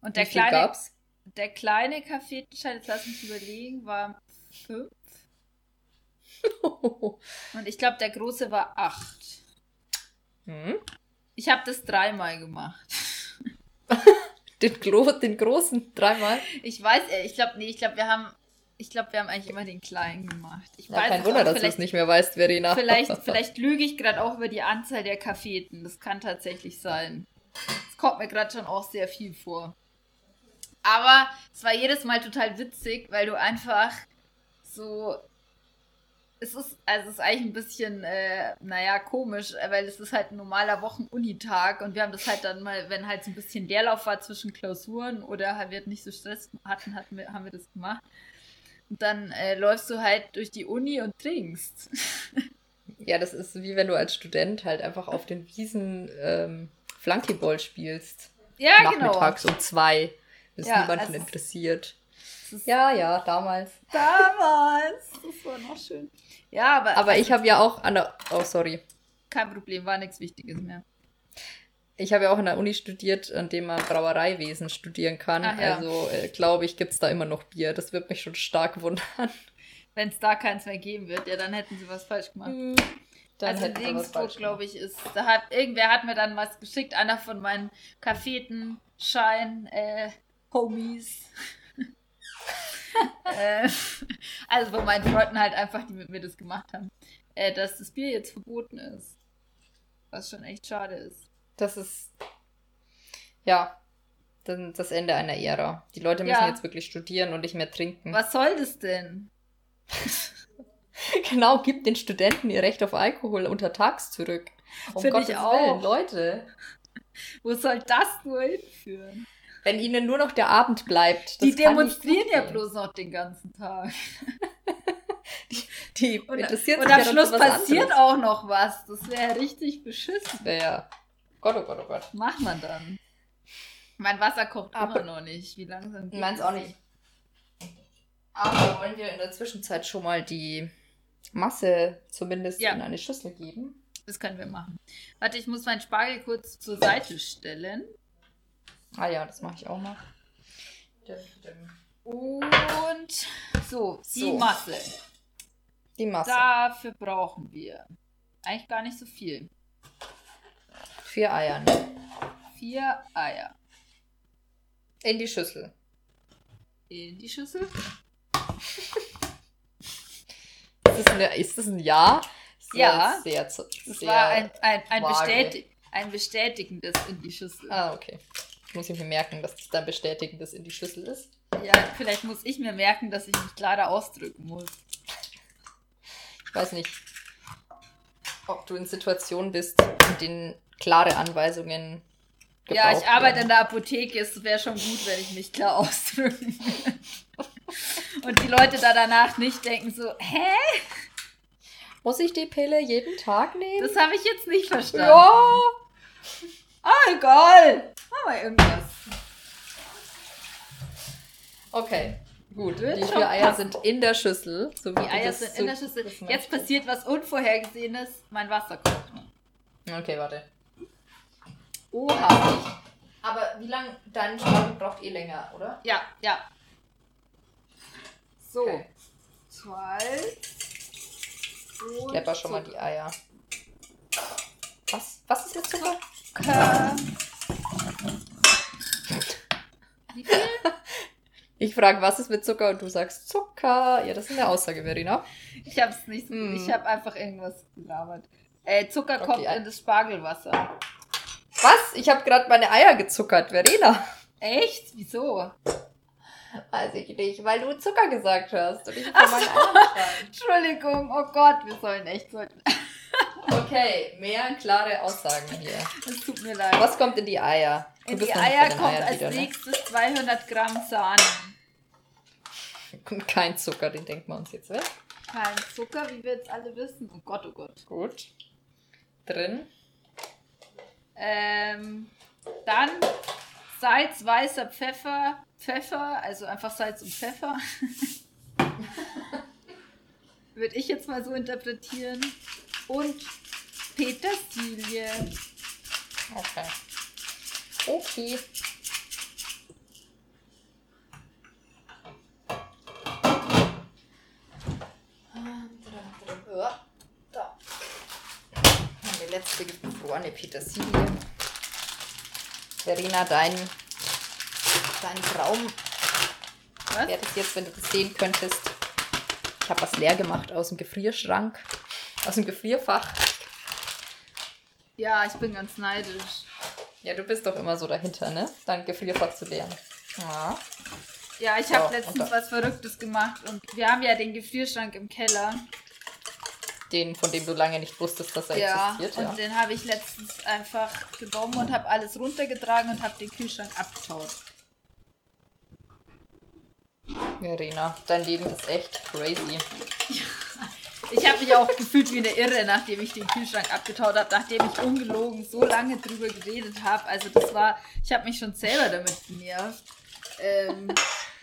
B: Und der
A: Wie viel
B: kleine,
A: gab's?
B: der kleine Kaffeetenschein, jetzt lass mich überlegen, war fünf. Und ich glaube, der große war acht.
A: hm?
B: Ich habe das dreimal gemacht.
A: den, Gro den großen dreimal.
B: Ich weiß, äh, ich glaube, nee, ich glaube, wir haben, ich glaube, wir haben eigentlich immer den kleinen gemacht. Ich
A: Na,
B: weiß
A: kein
B: es
A: Wunder,
B: auch,
A: dass du es
B: vielleicht,
A: nicht mehr weißt, Verena.
B: Vielleicht, vielleicht lüge ich gerade auch über die Anzahl der Kaffeten. Das kann tatsächlich sein. Es kommt mir gerade schon auch sehr viel vor. Aber es war jedes Mal total witzig, weil du einfach so. Es ist, also es ist eigentlich ein bisschen, äh, naja, komisch, äh, weil es ist halt ein normaler Wochenunitag und wir haben das halt dann mal, wenn halt so ein bisschen Leerlauf war zwischen Klausuren oder halt wir nicht so Stress hatten, hatten wir, haben wir das gemacht. Und dann äh, läufst du halt durch die Uni und trinkst.
A: Ja, das ist wie wenn du als Student halt einfach auf den Wiesen ähm, Flunkyball spielst.
B: Ja, genau.
A: Nachmittags um zwei. Ist
B: Ja,
A: niemanden
B: also-
A: interessiert.
B: Das ist
A: Ja, ja, damals.
B: Damals. Das war noch schön. Ja, aber, also
A: Aber ich habe ja auch an der. Oh, sorry.
B: kein Problem, war nichts Wichtiges mehr.
A: Ich habe ja auch an der Uni studiert, an dem man Brauereiwesen studieren kann.
B: Ach ja.
A: Also äh, glaube ich, gibt es da immer noch Bier. Das wird mich schon stark wundern.
B: Wenn es da keins mehr geben wird, ja, dann hätten sie was falsch gemacht. also in Regensburg, glaube ich, ist, da hat, irgendwer hat mir dann was geschickt, einer von meinen Kaffeten, Schein, äh, Homies. äh, also von meinen Freunden halt einfach, die mit mir das gemacht haben, äh, dass das Bier jetzt verboten ist. Was schon echt schade ist.
A: Das ist. Ja. Dann das Ende einer Ära. Die Leute müssen
B: Ja.
A: jetzt wirklich studieren und nicht mehr trinken.
B: Was soll das denn?
A: Genau, gibt den Studenten ihr Recht auf Alkohol unter Tags zurück. Um
B: Find ich
A: Gottes
B: auch.
A: Willen, Leute.
B: Wo soll das nur hinführen?
A: Wenn ihnen nur noch der Abend bleibt.
B: Die
A: das kann
B: demonstrieren
A: nicht
B: ja
A: gut gehen.
B: bloß noch den ganzen Tag.
A: Die
B: Und,
A: interessiert
B: und
A: sich
B: am
A: ja dann
B: Schluss
A: für was
B: passiert
A: anderes.
B: auch noch was. Das wäre richtig beschissen.
A: Ja, ja. Gott, oh Gott, oh Gott.
B: Was macht man dann? Mein Wasser kocht
A: Aber-
B: immer noch nicht. Wie langsam
A: Ich
B: geht
A: meins
B: das?
A: auch nicht. Aber wollen wir in der Zwischenzeit schon mal die Masse zumindest
B: Ja.
A: in eine Schüssel geben?
B: Das können wir machen. Warte, ich muss meinen Spargel kurz zur Seite stellen.
A: Ah ja, das mache ich auch mal.
B: Und so, die
A: So.
B: Masse.
A: Die Masse.
B: Dafür brauchen wir eigentlich gar nicht so viel.
A: Vier Eier. Ne?
B: Vier Eier
A: In die Schüssel.
B: in die Schüssel.
A: Ist das, eine, ist das ein Ja? Ist
B: Ja.
A: jetzt Sehr, zu-
B: Das
A: sehr,
B: war ein, ein, ein,
A: vage.
B: bestätig, ein bestätigendes in die Schüssel.
A: ah, okay. Ich muss ich mir merken, dass das dann bestätigend das in die Schüssel ist.
B: Ja, vielleicht muss ich mir merken, dass ich mich klarer ausdrücken muss.
A: Ich weiß nicht, ob du in Situationen bist, in denen klare Anweisungen
B: Ja, ich
A: gebraucht
B: arbeite in
A: werden.
B: der Apotheke. Es wäre schon gut, wenn ich mich klar ausdrücke. Und die Leute da danach nicht denken so, hä?
A: Muss ich die Pille jeden Tag nehmen?
B: Das habe ich jetzt nicht verstanden.
A: ja.
B: Ah, egal. Mach mal irgendwas.
A: Okay, gut.
B: Wird
A: die
B: schon
A: vier Eier
B: passen.
A: sind in der Schüssel. So wie
B: Die Eier sind in der Schüssel. Jetzt passiert was Unvorhergesehenes. Mein Wasser kocht.
A: Okay, warte.
B: Oha.
A: Aber wie lange dein Spargel braucht eh länger, oder?
B: Ja, ja. So.
A: Okay.
B: Zwei.
A: Ich
B: Und
A: läpper schon mal die Eier. Was? Was ist jetzt Zucker?
B: Zucker. Wie viel?
A: Ich frage, was ist mit Zucker und du sagst Zucker. Ja, das ist eine Aussage, Verena.
B: Ich hab's nicht.
A: Hm.
B: Ich hab einfach irgendwas gelabert. Äh, Zucker
A: Okay,
B: kommt
A: ja.
B: in das Spargelwasser.
A: Was? Ich habe gerade meine Eier gezuckert, Verena.
B: Echt? Wieso?
A: Weiß ich nicht, weil du Zucker gesagt hast und ich habe meine Eier
B: Entschuldigung, oh Gott, wir sollen echt sollten.
A: Okay, mehr klare Aussagen hier.
B: Es tut mir leid.
A: Was kommt in die Eier? Du
B: in
A: bist
B: die
A: noch nicht bei
B: Eier
A: den
B: kommt
A: Eiern
B: als
A: wieder, ne?
B: nächstes 200 Gramm Sahne.
A: Und kein Zucker, den denken wir uns jetzt weg.
B: Kein Zucker, wie wir jetzt alle wissen. Oh Gott, oh Gott.
A: Gut. Drin.
B: Ähm, dann Salz, weißer Pfeffer, Pfeffer, also einfach Salz und Pfeffer. Würde ich jetzt mal so interpretieren. Und Petersilie.
A: Okay. Okay. Ah, Ja, da. Meine letzte gefrorene Petersilie. Verena, dein, dein Traum
B: Was?
A: wäre das jetzt, wenn du das sehen könntest. Ich habe was leer gemacht aus dem Gefrierschrank, aus dem Gefrierfach.
B: Ja, ich bin ganz neidisch.
A: Ja, du bist doch immer so dahinter, ne? Dein Gefrierfach zu leeren. Ja.
B: Ja, ich habe
A: So,
B: letztens
A: und
B: was Verrücktes gemacht und wir haben ja den Gefrierschrank im Keller.
A: Den, von dem du lange nicht wusstest, dass er
B: Ja,
A: existiert.
B: und den habe ich letztens einfach genommen und habe alles runtergetragen und habe den Kühlschrank abgetaut.
A: Verena, dein Leben ist echt crazy.
B: Ich habe mich auch gefühlt wie eine Irre, nachdem ich den Kühlschrank abgetaut habe, nachdem ich ungelogen so lange drüber geredet habe. Also das war, ich habe mich schon selber damit genervt. Ähm,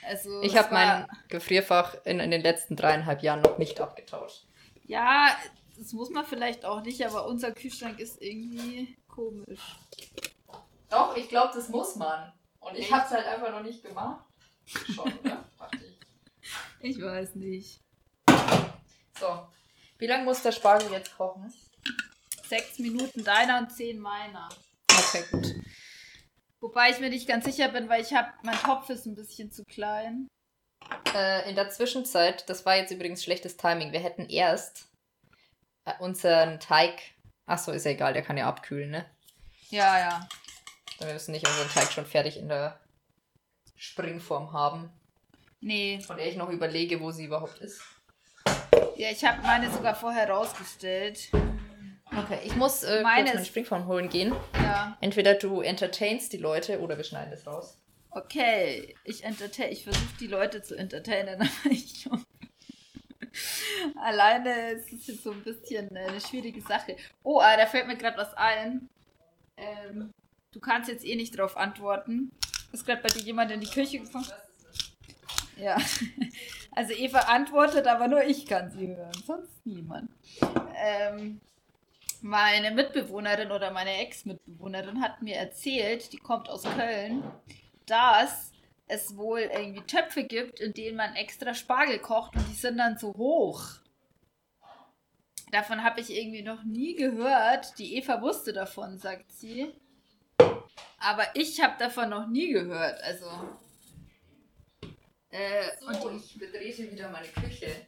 B: also
A: Ich
B: es
A: habe mein
B: war-
A: Gefrierfach in, in den letzten dreieinhalb Jahren noch nicht abgetauscht.
B: Ja, das muss man vielleicht auch nicht, aber unser Kühlschrank ist irgendwie komisch.
A: Doch, ich glaube, das muss man. Und
B: ich
A: habe es halt einfach noch nicht gemacht. Schon, ne? oder?
B: Ich weiß nicht.
A: so. Wie lange muss der Spargel jetzt kochen?
B: Sechs Minuten deiner und zehn meiner.
A: Okay, gut.
B: Wobei ich mir nicht ganz sicher bin, weil ich habe, mein Topf ist ein bisschen zu klein.
A: Äh, in der Zwischenzeit, das war jetzt übrigens schlechtes Timing, wir hätten erst äh, unseren Teig. Achso, ist ja egal, der kann ja abkühlen, ne?
B: Ja, ja.
A: Dann müssen nicht unseren Teig schon fertig in der Springform haben.
B: Nee,
A: Von der ich noch überlege, wo sie überhaupt ist.
B: Ja, ich habe meine sogar vorher rausgestellt.
A: Okay, ich muss äh,
B: Meine
A: kurz meinen
B: ist-
A: Springform holen gehen.
B: Ja.
A: Entweder du entertainst die Leute oder wir schneiden es raus.
B: Okay, ich entertain, ich versuche die Leute zu entertainen, aber ich alleine ist es jetzt so ein bisschen eine schwierige Sache. Oh, ah, da fällt mir gerade was ein. Ähm, du kannst jetzt eh nicht drauf antworten. Ist gerade bei dir jemand in die Kirche gekommen? Ja. Also Eva antwortet, aber nur ich kann sie hören, sonst niemand. Ähm, meine Mitbewohnerin oder meine Ex-Mitbewohnerin hat mir erzählt, die kommt aus Köln, dass es wohl irgendwie Töpfe gibt, in denen man extra Spargel kocht und die sind dann so hoch. Davon habe ich irgendwie noch nie gehört. Die Eva wusste davon, sagt sie. Aber ich habe davon noch nie gehört. Also. Äh, und
A: ich betrete wieder meine Küche.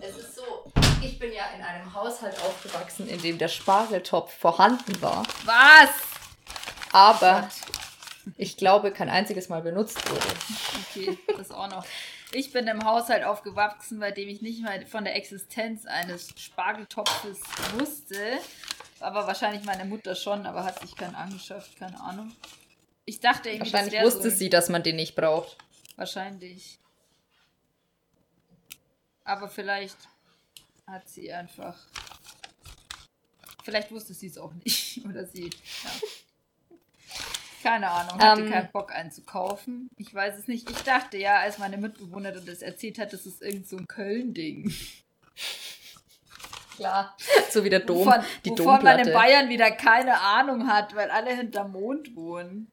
A: Es ist so, ich bin ja in einem Haushalt aufgewachsen, in dem der Spargeltopf vorhanden war,
B: was?
A: aber ich glaube, kein einziges Mal benutzt wurde.
B: Okay, das auch noch. Ich bin im Haushalt aufgewachsen, bei dem ich nicht mal von der Existenz eines Spargeltopfes wusste. Aber wahrscheinlich meine Mutter schon, aber hat sich keinen angeschafft, keine Ahnung. Ich dachte irgendwie, das
A: Wahrscheinlich
B: wär
A: wusste
B: so ein-
A: sie, dass man den nicht braucht.
B: Wahrscheinlich. Aber vielleicht hat sie einfach. Vielleicht wusste sie es auch nicht. Oder sie. Ja. Keine Ahnung, hatte
A: Ähm.
B: keinen Bock einzukaufen. Ich weiß es nicht. Ich dachte ja, als meine Mitbewohnerin das erzählt hat, das ist irgend so ein Köln-Ding.
A: Klar. So wie der Dom,
B: Wovon,
A: die
B: wovon man in
A: Domplatte.
B: Bayern wieder keine Ahnung hat, weil alle hinterm Mond wohnen.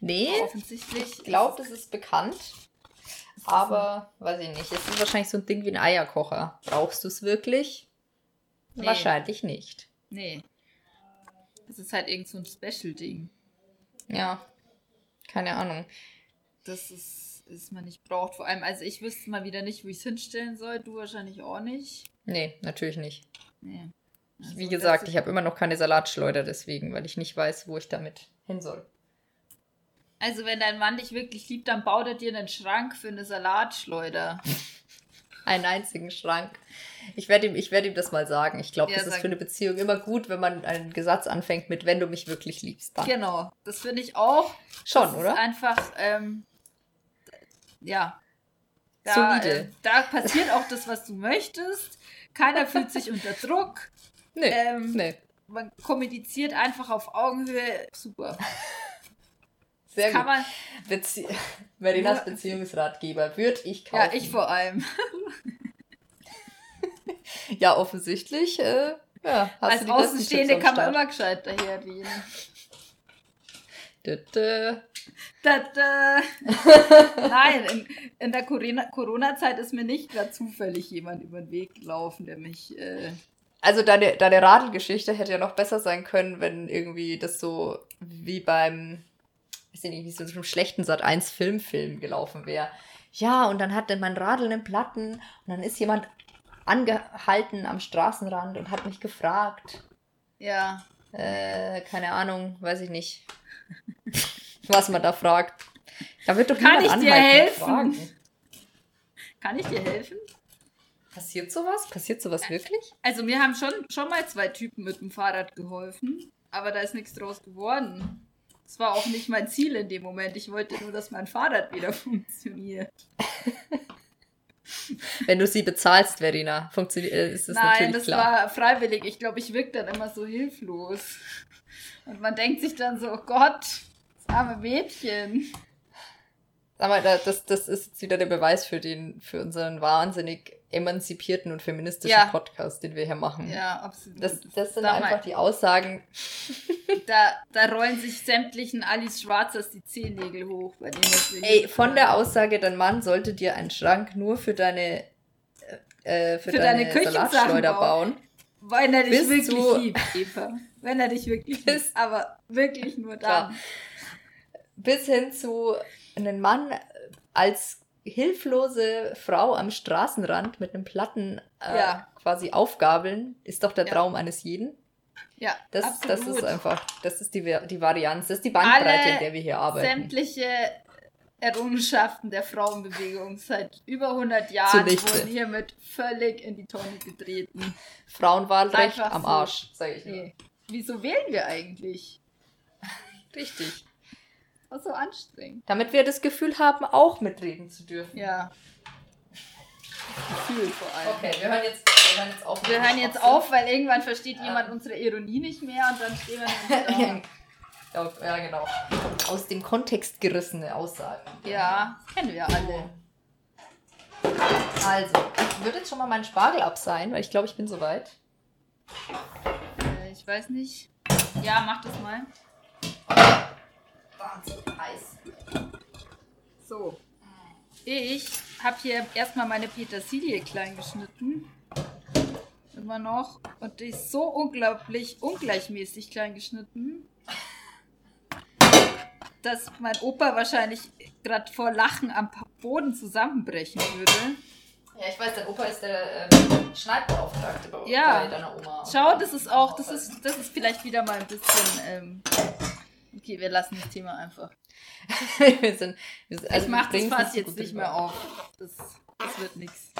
A: nee,
B: Offensichtlich.
A: ich glaube, das ist bekannt. Aber, weiß ich nicht, es ist wahrscheinlich so ein Ding wie ein Eierkocher. Brauchst du es wirklich?
B: Nee.
A: Wahrscheinlich nicht.
B: Nee. Das ist halt irgend so ein Special-Ding.
A: Ja, keine Ahnung.
B: dass es, es man nicht braucht. Vor allem, also ich wüsste mal wieder nicht, wo ich es hinstellen soll. Du wahrscheinlich auch nicht.
A: Nee, natürlich nicht.
B: Nee. Also
A: Wie gesagt,
B: das
A: ich habe immer noch keine Salatschleuder deswegen, weil ich nicht weiß, wo ich damit hin soll.
B: Also wenn dein Mann dich wirklich liebt, dann baut er dir einen Schrank für eine Salatschleuder.
A: Einen einzigen Schrank. Ich werde ihm, ich werd ihm das mal sagen. Ich glaube,
B: Ja,
A: das ist
B: sag-
A: für eine Beziehung immer gut, wenn man einen Gesatz anfängt mit, wenn du mich wirklich liebst. Dann.
B: Genau. Das finde ich auch.
A: Schon,
B: das Ist
A: oder?
B: einfach, ähm, d- ja. Da,
A: Solide.
B: äh, da passiert auch das, was du möchtest. Keiner fühlt sich unter Druck.
A: Nee,
B: Ähm,
A: nee.
B: Man kommuniziert einfach auf Augenhöhe. Super.
A: Sehr
B: Kann
A: gut.
B: man,
A: Bezie Merinas Beziehungsratgeber würde ich kaufen.
B: ja, ich vor allem.
A: Ja, offensichtlich. Äh, ja, hast du
B: Als
A: die besten
B: Außenstehende
A: Tipps am
B: kann
A: Start.
B: man immer gescheit daherreden.
A: Dö, dö.
B: Da, da. Nein, in, in der Corona- Corona-Zeit ist mir nicht gerade zufällig jemand über den Weg gelaufen, der mich. Äh,
A: Also deine, deine Radelgeschichte hätte ja noch besser sein können, wenn irgendwie das so wie beim, weiß ich nicht, wie so einem schlechten Sat 1 Filmfilm gelaufen wäre. Ja, und dann hat denn mein Radl einen Platten und dann ist jemand angehalten am Straßenrand und hat mich gefragt.
B: ja,
A: Äh, keine Ahnung, weiß ich nicht, was man da fragt. Da wird doch
B: Kann
A: niemand
B: ich dir
A: anhalten und
B: helfen?
A: fragen.
B: kann ich dir helfen?
A: Passiert sowas? Passiert sowas wirklich?
B: Also, mir haben schon, schon mal zwei Typen mit dem Fahrrad geholfen, aber da ist nichts draus geworden. Das war auch nicht mein Ziel in dem Moment. Ich wollte nur, dass mein Fahrrad wieder funktioniert.
A: Wenn du sie bezahlst, Verena, funktioniert äh, ist das
B: Nein,
A: natürlich
B: das
A: klar.
B: war freiwillig. Ich glaube, ich wirke dann immer so hilflos. Und man denkt sich dann so: Oh Gott, das arme Mädchen.
A: Sag mal, da- das, das ist jetzt wieder der Beweis für, den, für unseren wahnsinnig emanzipierten und feministischen
B: Ja.
A: Podcast, den wir hier machen.
B: Ja, absolut.
A: Das, das sind
B: Sag mal,
A: einfach die Aussagen.
B: da, da rollen sich sämtlichen Alice Schwarzers die Zehennägel hoch, bei dem das Ding-
A: Ey, von der Aussage, dein Mann sollte dir einen Schrank nur für deine, äh, für
B: Für
A: deine,
B: deine Küchensachen
A: Salatschleuder bauen.
B: bauen. Wenn er dich
A: Bist
B: wirklich
A: du-
B: liebt, Eva. Wenn er dich wirklich
A: Bist-
B: liebt. Aber wirklich nur
A: Klar.
B: dann.
A: Bis hin zu einem Mann als hilflose Frau am Straßenrand mit einem Platten äh,
B: Ja.
A: quasi aufgabeln, ist doch der
B: Ja.
A: Traum eines jeden.
B: Ja,
A: Das,
B: absolut.
A: das ist einfach, das ist die, Vari- die Varianz, das ist die Bandbreite,
B: Alle
A: in der wir hier arbeiten.
B: Sämtliche Errungenschaften der Frauenbewegung seit über 100 Jahren
A: Zunichte.
B: wurden hiermit völlig in die Tonne getreten.
A: Frauenwahlrecht
B: Einfach
A: am
B: so.
A: Arsch, sage ich nur.
B: Nee. Wieso wählen wir eigentlich?
A: Richtig.
B: Was so anstrengend.
A: Damit wir das Gefühl haben, auch mitreden zu dürfen.
B: Ja. Gefühl vor allem.
A: Okay, wir hören jetzt, wir hören jetzt auf.
B: Wir hören jetzt
A: Trotzdem.
B: auf, weil irgendwann versteht
A: Ja.
B: jemand unsere Ironie nicht mehr und dann stehen wir nämlich
A: ja, ja, genau. Aus dem Kontext gerissene Aussagen.
B: da. Ja, das kennen wir alle.
A: Also, ich würde jetzt schon mal meinen Spargel abseihen, weil ich glaube, ich bin soweit.
B: Äh, Ich weiß nicht. Ja, mach das mal.
A: Wahnsinn, heiß.
B: So. Ich habe hier erstmal meine Petersilie klein geschnitten. Immer noch. Und die ist so unglaublich ungleichmäßig klein geschnitten, dass mein Opa wahrscheinlich gerade vor Lachen am Boden zusammenbrechen würde.
A: Ja, ich weiß, dein Opa ist der ähm, Schneidbeauftragte bei,
B: Ja.
A: bei deiner Oma.
B: Schau, das ist auch, das ist, das ist vielleicht wieder mal ein bisschen. Ähm, okay, wir lassen das Thema einfach.
A: wir sind, wir sind, also
B: ich mach das
A: bringen's
B: Fass
A: so
B: jetzt
A: gut
B: nicht
A: rüber.
B: mehr auf. Das, das wird nichts.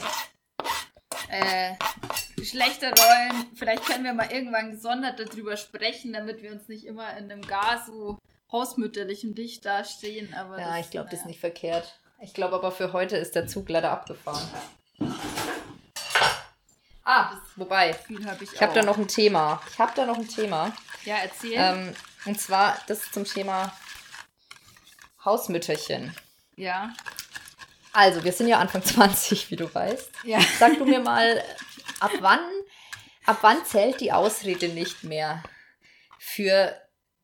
B: Äh, schlechte Rollen. Vielleicht können wir mal irgendwann gesondert darüber sprechen, damit wir uns nicht immer in einem gar so hausmütterlichen Licht dastehen. Aber
A: Ja, ich glaube, das ist
B: naja.
A: nicht verkehrt. Ich glaube aber für heute ist der Zug leider abgefahren. Ah, wobei.
B: Viel hab ich
A: Ich habe
B: auch.
A: da noch ein Thema. Ich habe da noch ein Thema.
B: Ja, erzähl.
A: Ähm, und zwar das zum Thema Hausmütterchen.
B: ja.
A: Also, wir sind ja Anfang 20, wie du weißt.
B: Ja.
A: Sag du mir mal, ab wann, ab wann zählt die Ausrede nicht mehr für,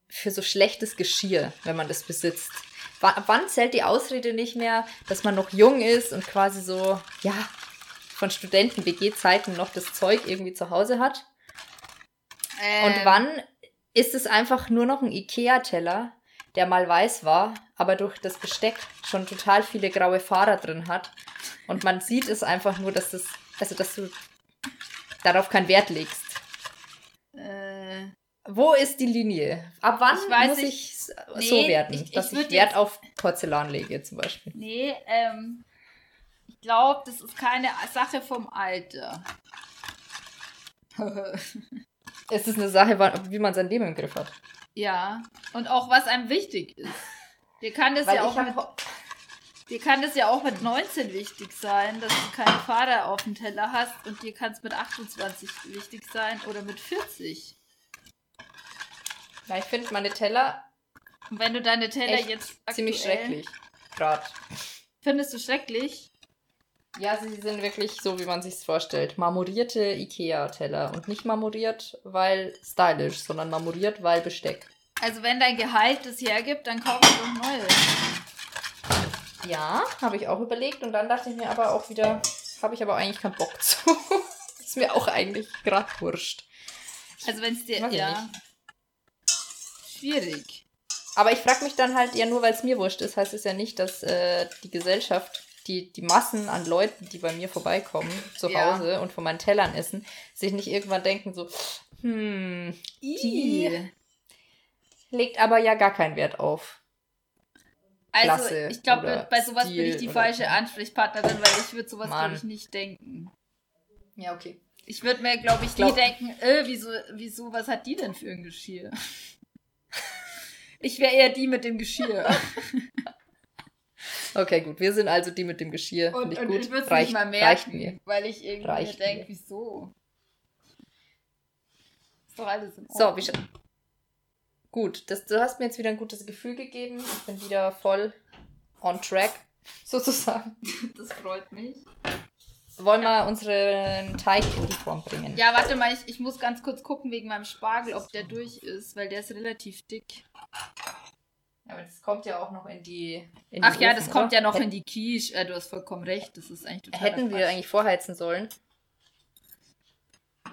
A: für so schlechtes Geschirr, wenn man das besitzt? Wa- Ab wann zählt die Ausrede nicht mehr, dass man noch jung ist und quasi so, ja, von Studenten-WG-Zeiten noch das Zeug irgendwie zu Hause hat?
B: Ähm,
A: Und wann ist es einfach nur noch ein Ikea-Teller, der mal weiß war, aber durch das Besteck schon total viele graue Fahrer drin hat. Und man sieht es einfach nur, dass das, also dass du darauf keinen Wert legst.
B: Äh,
A: Wo ist die Linie? Ab wann
B: Ich weiß
A: muss
B: nicht.
A: ich s-
B: Nee,
A: so werden,
B: ich- ich
A: dass ich
B: würd
A: Wert
B: jetzt-
A: auf Porzellan lege zum Beispiel?
B: Nee, ähm, ich glaube, das ist keine Sache vom Alter.
A: Es ist eine Sache, wann- wie man sein Leben im Griff hat.
B: ja, und auch was einem wichtig ist. Dir kann das,
A: Weil
B: ja
A: ich
B: auch,
A: hab
B: mit,
A: ho-
B: dir kann das ja auch mit 19 wichtig sein, dass du keine Fahrer auf dem Teller hast und dir kann es mit 28 wichtig sein oder mit 40.
A: Ja, ich finde meine Teller
B: Und wenn du deine Teller
A: Echt
B: jetzt
A: ziemlich
B: aktuell-
A: schrecklich. Gerade.
B: Findest du schrecklich?
A: Ja, sie sind wirklich so, wie man sich's vorstellt. Marmorierte Ikea-Teller. Und nicht marmoriert, weil stylisch, sondern marmoriert, weil Besteck.
B: Also wenn dein Gehalt das hergibt, dann kauf dir doch neue.
A: Ja, habe ich auch überlegt. Und dann dachte ich mir aber auch wieder, habe ich aber eigentlich keinen Bock zu. Ist mir auch eigentlich gerade wurscht.
B: Also wenn es dir...
A: Weiß ich
B: ja. Schwierig.
A: Aber ich frage mich dann halt, ja, nur weil es mir wurscht ist, heißt es ja nicht, dass äh, die Gesellschaft, die, die Massen an Leuten, die bei mir vorbeikommen, zu
B: Ja.
A: Hause und von meinen Tellern essen, sich nicht irgendwann denken, so, hm,
B: Die.
A: legt aber ja gar keinen Wert auf.
B: Also,
A: Klasse
B: ich glaube,
A: oder
B: bei sowas bin ich
A: Stil
B: die
A: oder-
B: falsche Ansprechpartnerin, weil ich würde sowas,
A: Mann.
B: glaube ich, nicht denken.
A: Ja, okay.
B: Ich würde mir, glaube ich,
A: glaub-
B: nie denken, äh, wieso, wieso, was hat die denn für ein Geschirr? ich wäre eher die mit dem Geschirr.
A: Okay, gut. Wir sind also die mit dem Geschirr. Finde
B: Und,
A: ich
B: und
A: gut.
B: ich würde es
A: reicht,
B: nicht mal
A: reicht
B: merken,
A: mir.
B: weil ich irgendwie
A: Reicht
B: mir denke,
A: mir.
B: wieso? Ist doch alles in
A: So, wir
B: Ordnung.
A: scha- Gut, das, du hast mir jetzt wieder ein gutes Gefühl gegeben. Ich bin wieder voll on track, sozusagen.
B: Das freut mich.
A: Wollen wir unseren Teig in die Form bringen?
B: Ja, warte mal, ich, ich muss ganz kurz gucken wegen meinem Spargel, ob der durch ist, weil der ist relativ dick.
A: Aber das kommt ja auch noch in die. In
B: Ach ja, das kommt ja noch in die Quiche. Äh, du hast vollkommen recht. Das ist eigentlich total.
A: Hätten wir eigentlich vorheizen sollen.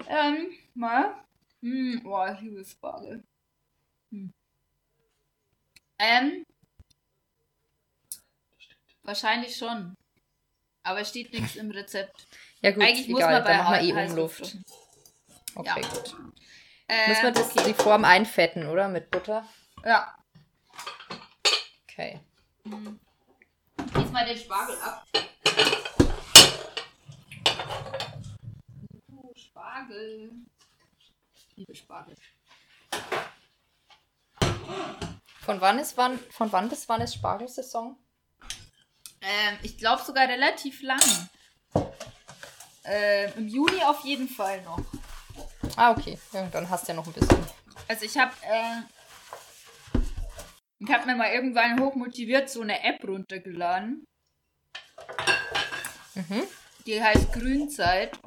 B: Ähm, mal. Hm, boah, ich liebe Spargel. Hm. Ähm. Wahrscheinlich schon. Aber es steht nichts im Rezept.
A: Ja, gut,
B: eigentlich muss
A: egal.
B: man bei
A: Dann machen wir eh
B: Heiß-
A: Umluft.
B: Heißluft-
A: Okay,
B: Ja.
A: gut.
B: Äh,
A: Müssen wir das,
B: okay.
A: die Form einfetten, oder? Mit Butter?
B: Ja.
A: Okay.
B: Hm. mal den Spargel ab. Uh, Spargel. Ich liebe Spargel.
A: Von wann, ist wann, von wann bis wann ist Spargelsaison?
B: Ähm, ich glaube sogar relativ lang. Ähm, Im Juni auf jeden Fall noch.
A: Ah, okay. Ja, dann hast du ja noch ein bisschen.
B: Also ich habe äh, ich habe mir mal irgendwann hochmotiviert so eine App runtergeladen.
A: Mhm.
B: Die heißt Grünzeit.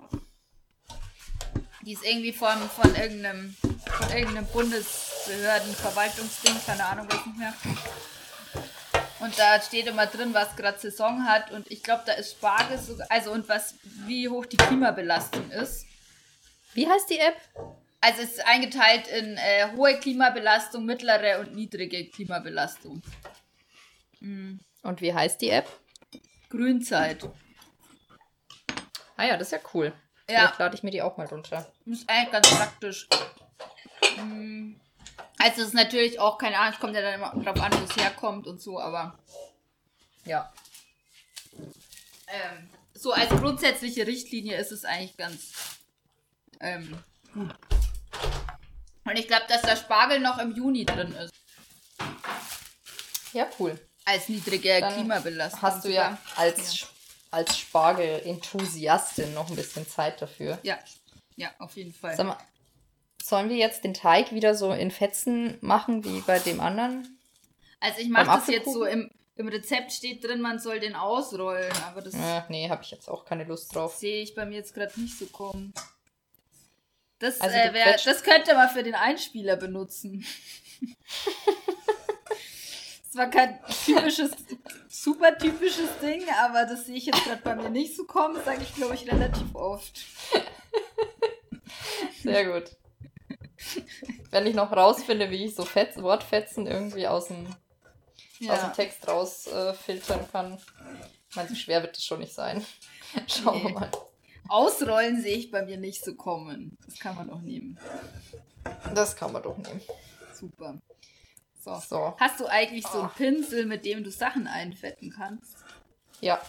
B: Die ist irgendwie von, von irgendeinem von irgendeinem Bundesbehörden, Verwaltungsding, keine Ahnung, weiß nicht mehr. Und da steht immer drin, was gerade Saison hat. Und ich glaube, da ist Spargel sogar, also und was, wie hoch die Klimabelastung ist.
A: Wie heißt die App?
B: Also es ist eingeteilt in äh, hohe Klimabelastung, mittlere und niedrige Klimabelastung. Mhm.
A: Und wie heißt die App?
B: Grünzeit.
A: Ah ja, das ist ja cool.
B: Ja.
A: Vielleicht lade ich mir die auch mal runter.
B: Ist eigentlich ganz praktisch. Mhm. Also es ist natürlich auch, keine Ahnung, es kommt ja dann immer drauf an, wo es herkommt und so, aber
A: Ja.
B: ähm, so als grundsätzliche Richtlinie ist es eigentlich ganz ähm, gut. Und ich glaube, dass der Spargel noch im Juni drin ist.
A: Ja, cool.
B: Als niedrige
A: Dann
B: Klimabelastung.
A: Hast du ja
B: sogar.
A: als, als Spargel-Enthusiastin noch ein bisschen Zeit dafür.
B: Ja, ja, auf jeden Fall.
A: Sag mal, sollen wir jetzt den Teig wieder so in Fetzen machen wie bei dem anderen?
B: Also ich mache
A: beim
B: das jetzt so
A: Apfelkuchen?
B: im, im Rezept steht drin, man soll den ausrollen, aber das
A: Äh, nee, habe ich jetzt auch keine Lust drauf.
B: sehe ich bei mir jetzt gerade nicht so kommen. Das,
A: Also
B: äh,
A: du
B: wär,
A: quetscht-
B: das könnte man für den Einspieler benutzen. das war kein typisches, super typisches Ding, aber das sehe ich jetzt gerade bei mir nicht so kommen. Das sage ich, glaube ich, relativ oft.
A: Sehr gut. Wenn ich noch rausfinde, wie ich so Fetz, Wortfetzen irgendwie aus dem, aus dem
B: Ja.
A: Text rausfiltern äh, filtern kann. Ich meine, so schwer wird es schon nicht sein. Schauen wir
B: Nee.
A: mal.
B: Ausrollen sehe ich bei mir nicht so kommen. Das kann man auch nehmen.
A: Das kann man doch nehmen.
B: Super. So.
A: So,
B: Hast du eigentlich so einen
A: Ah.
B: Pinsel, mit dem du Sachen einfetten kannst?
A: ja.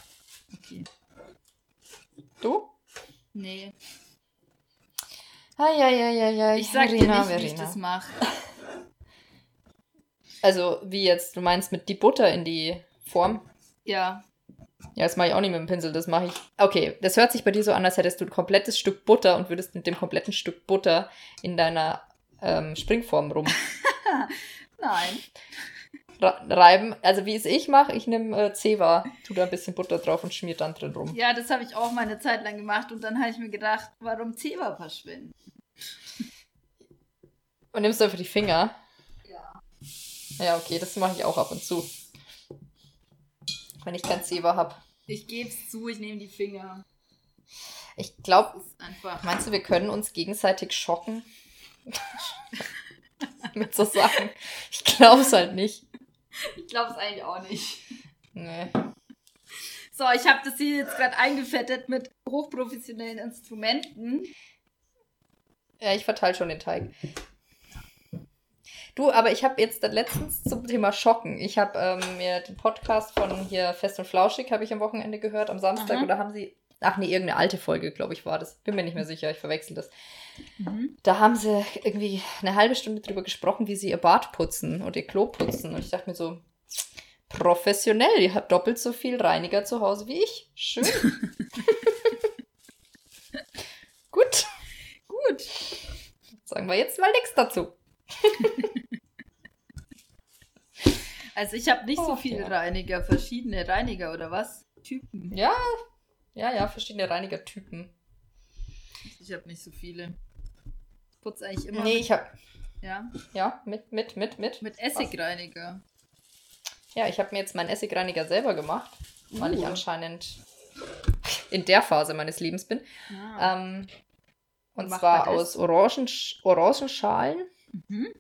B: Okay.
A: Du?
B: Nee.
A: Eieieiei.
B: Ich sag
A: Verena,
B: dir nicht, wie ich
A: Verena.
B: das mache.
A: Also, wie jetzt, du meinst mit die Butter in die Form?
B: Ja.
A: Ja, das mache ich auch nicht mit dem Pinsel, das mache ich. Okay, das hört sich bei dir so an, als hättest du ein komplettes Stück Butter und würdest mit dem kompletten Stück Butter in deiner ähm, Springform rum
B: Nein.
A: ra- reiben. Also, wie es ich mache, ich nehme äh, Zewa, tu da ein bisschen Butter drauf und schmier dann drin rum.
B: Ja, das habe ich auch mal eine Zeit lang gemacht und dann habe ich mir gedacht, warum Zewa verschwinden?
A: Und nimmst du für die Finger.
B: Ja.
A: Ja, okay, das mache ich auch ab und zu. Wenn ich kein Zewa habe.
B: Ich gebe es zu, ich nehme die Finger.
A: Ich glaube,
B: Das ist einfach.
A: meinst du, wir können uns gegenseitig schocken? mit so Sachen. Ich glaube es halt nicht.
B: Ich glaube es eigentlich auch nicht.
A: Nee.
B: So, ich habe das hier jetzt gerade eingefettet mit hochprofessionellen Instrumenten.
A: Ja, ich verteile schon den Teig. Du, aber ich habe jetzt dann letztens zum Thema Schocken. Ich habe ähm, mir den Podcast von hier Fest und Flauschig, habe ich am Wochenende gehört, am Samstag.
B: Aha.
A: Oder haben sie. Ach nee, irgendeine alte Folge, glaube ich, war das. Bin mir nicht mehr sicher, ich verwechsel das. Da haben sie irgendwie eine halbe Stunde drüber gesprochen, wie sie ihr Bad putzen und ihr Klo putzen. Und ich dachte mir so, professionell, ihr habt doppelt so viel Reiniger zu Hause wie ich. Schön. Gut.
B: Gut.
A: Sagen wir jetzt mal nichts dazu.
B: Also ich habe nicht so
A: Ach,
B: viele
A: ja.
B: Reiniger, verschiedene Reiniger oder was? Typen.
A: Ja, ja, ja, verschiedene Reinigertypen.
B: Ich habe nicht so viele. Putz eigentlich immer.
A: Nee, ich habe
B: ja,
A: ja, mit, mit, mit, mit.
B: mit Essigreiniger.
A: Ja, ich habe mir jetzt meinen Essigreiniger selber gemacht, weil ich
B: Uh.
A: anscheinend in der Phase meines Lebens bin.
B: Ah.
A: Ähm, und
B: Macht
A: zwar
B: man das?
A: aus Orangen, Orangenschalen.
B: Mhm.